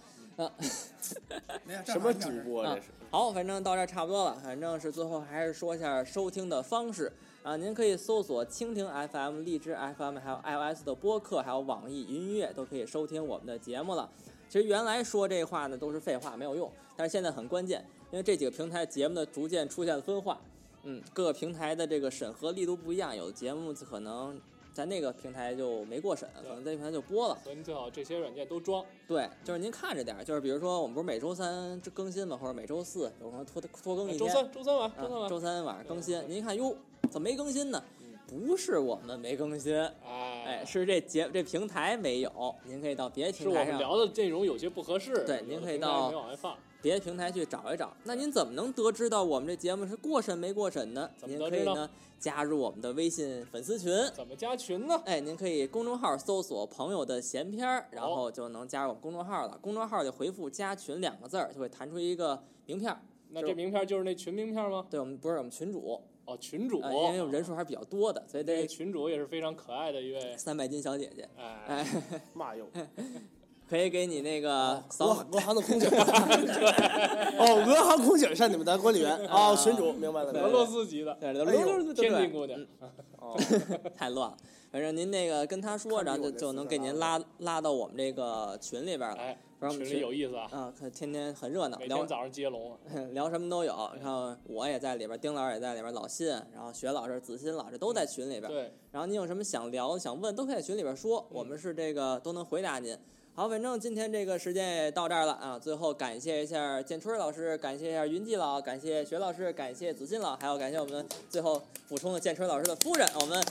Speaker 4: 没有
Speaker 3: 什么主？播
Speaker 1: 啊
Speaker 3: 这是？
Speaker 1: 好，反正到这儿差不多了，反正是最后还是说一下收听的方式啊，您可以搜索蜻蜓 FM、荔枝 FM，还有 iOS 的播客，还有网易云音乐都可以收听我们的节目了。其实原来说这话呢都是废话，没有用，但是现在很关键，因为这几个平台节目呢逐渐出现了分化，嗯，各个平台的这个审核力度不一样，有的节目可能在那个平台就没过审，可能在这平台就播了。
Speaker 2: 所以你最好这些软件都装。
Speaker 1: 对，就是您看着点儿，就是比如说我们不是每周三这更新嘛，或者每周四有可能拖拖更一
Speaker 2: 周
Speaker 1: 天。
Speaker 2: 三，周三晚，周三
Speaker 1: 啊，
Speaker 2: 晚
Speaker 1: 周三晚上更
Speaker 2: 对
Speaker 1: 新
Speaker 2: 对。对
Speaker 1: 您一看，哟，怎么没更新呢？
Speaker 2: 嗯
Speaker 1: 不是我们没更新，
Speaker 2: 哎
Speaker 1: 哎，是这节这平台没有。您可以到别的
Speaker 2: 是
Speaker 1: 平
Speaker 2: 我
Speaker 1: 台
Speaker 2: 们
Speaker 1: 上，
Speaker 2: 聊的内容有些不合适，
Speaker 1: 对
Speaker 2: 有的
Speaker 1: 您可以
Speaker 2: 平台
Speaker 1: 到
Speaker 2: 没往外放，
Speaker 1: 别的平台去找一找。那您怎么能得知到我们这节目是过审没过审呢？
Speaker 2: 怎么
Speaker 1: 您
Speaker 2: 得
Speaker 1: 可
Speaker 2: 知
Speaker 1: 以
Speaker 2: 呢
Speaker 1: 呢加入我们的微信粉丝群。
Speaker 2: 怎么加群呢？
Speaker 1: 哎，您可以公众号搜索“朋友的闲篇
Speaker 2: 哦
Speaker 1: 儿”，然后就能加入我们公众号了。公众号就回复“加群”两个字儿，就会弹出一个名片儿。
Speaker 2: 那
Speaker 1: 就
Speaker 2: 这名片就是那群名片吗？
Speaker 1: 对我们不是我们群主，
Speaker 2: 哦，群主，
Speaker 1: 呃，因为我们人数还是比较多的，所以
Speaker 2: 这
Speaker 1: 得
Speaker 2: 群主也是非常可爱的一位，
Speaker 1: 三百斤小姐姐。
Speaker 2: 哎，
Speaker 1: 哎，
Speaker 3: 嘛哟，
Speaker 1: 可以给你那个
Speaker 3: 俄
Speaker 1: 扫
Speaker 3: 航俄航的空姐。哦，俄航空姐上你们的管 理员哦，群主明白了。
Speaker 1: 对
Speaker 2: 俄罗斯籍的，
Speaker 1: 对对
Speaker 3: 哎
Speaker 1: 对
Speaker 3: 呦
Speaker 1: 对对
Speaker 2: 天
Speaker 1: 对
Speaker 2: 津姑娘，
Speaker 3: 哦，
Speaker 1: 太乱了。反正您那个跟他说，
Speaker 3: 看
Speaker 1: 然后
Speaker 3: 比
Speaker 1: 就
Speaker 3: 我
Speaker 1: 就
Speaker 3: 这
Speaker 1: 能
Speaker 3: 次
Speaker 1: 给您
Speaker 3: 拉
Speaker 1: 拉拉到我们这个群里边了。
Speaker 2: 哎，
Speaker 1: 不嗯然我
Speaker 2: 群
Speaker 1: 们
Speaker 2: 里有意思啊，
Speaker 1: 啊，可天天很热闹，
Speaker 2: 每
Speaker 1: 聊
Speaker 2: 天早上接龙啊，
Speaker 1: 聊什么都有。然后我也在里边，丁老师也在里边，老信，然后雪老师、子欣老师都在群里边。
Speaker 2: 对，
Speaker 1: 然后您有什么想聊、想问，都可以在群里边说，我们是这个都能回答您。好，反正今天这个时间也到这儿了啊。最后感谢一下建春老师，感谢一下云季老，感谢雪老师，感谢子欣老，还有感谢我们最后补充的建春老师的夫人。我们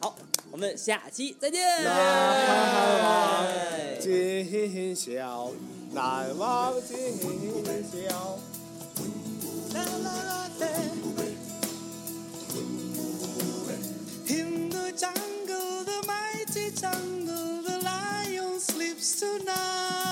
Speaker 1: 好，我们下期再见。哎
Speaker 3: 今宵难忘今宵。啦啦啦啦
Speaker 7: jungle, the mighty jungle, the lion sleeps tonight.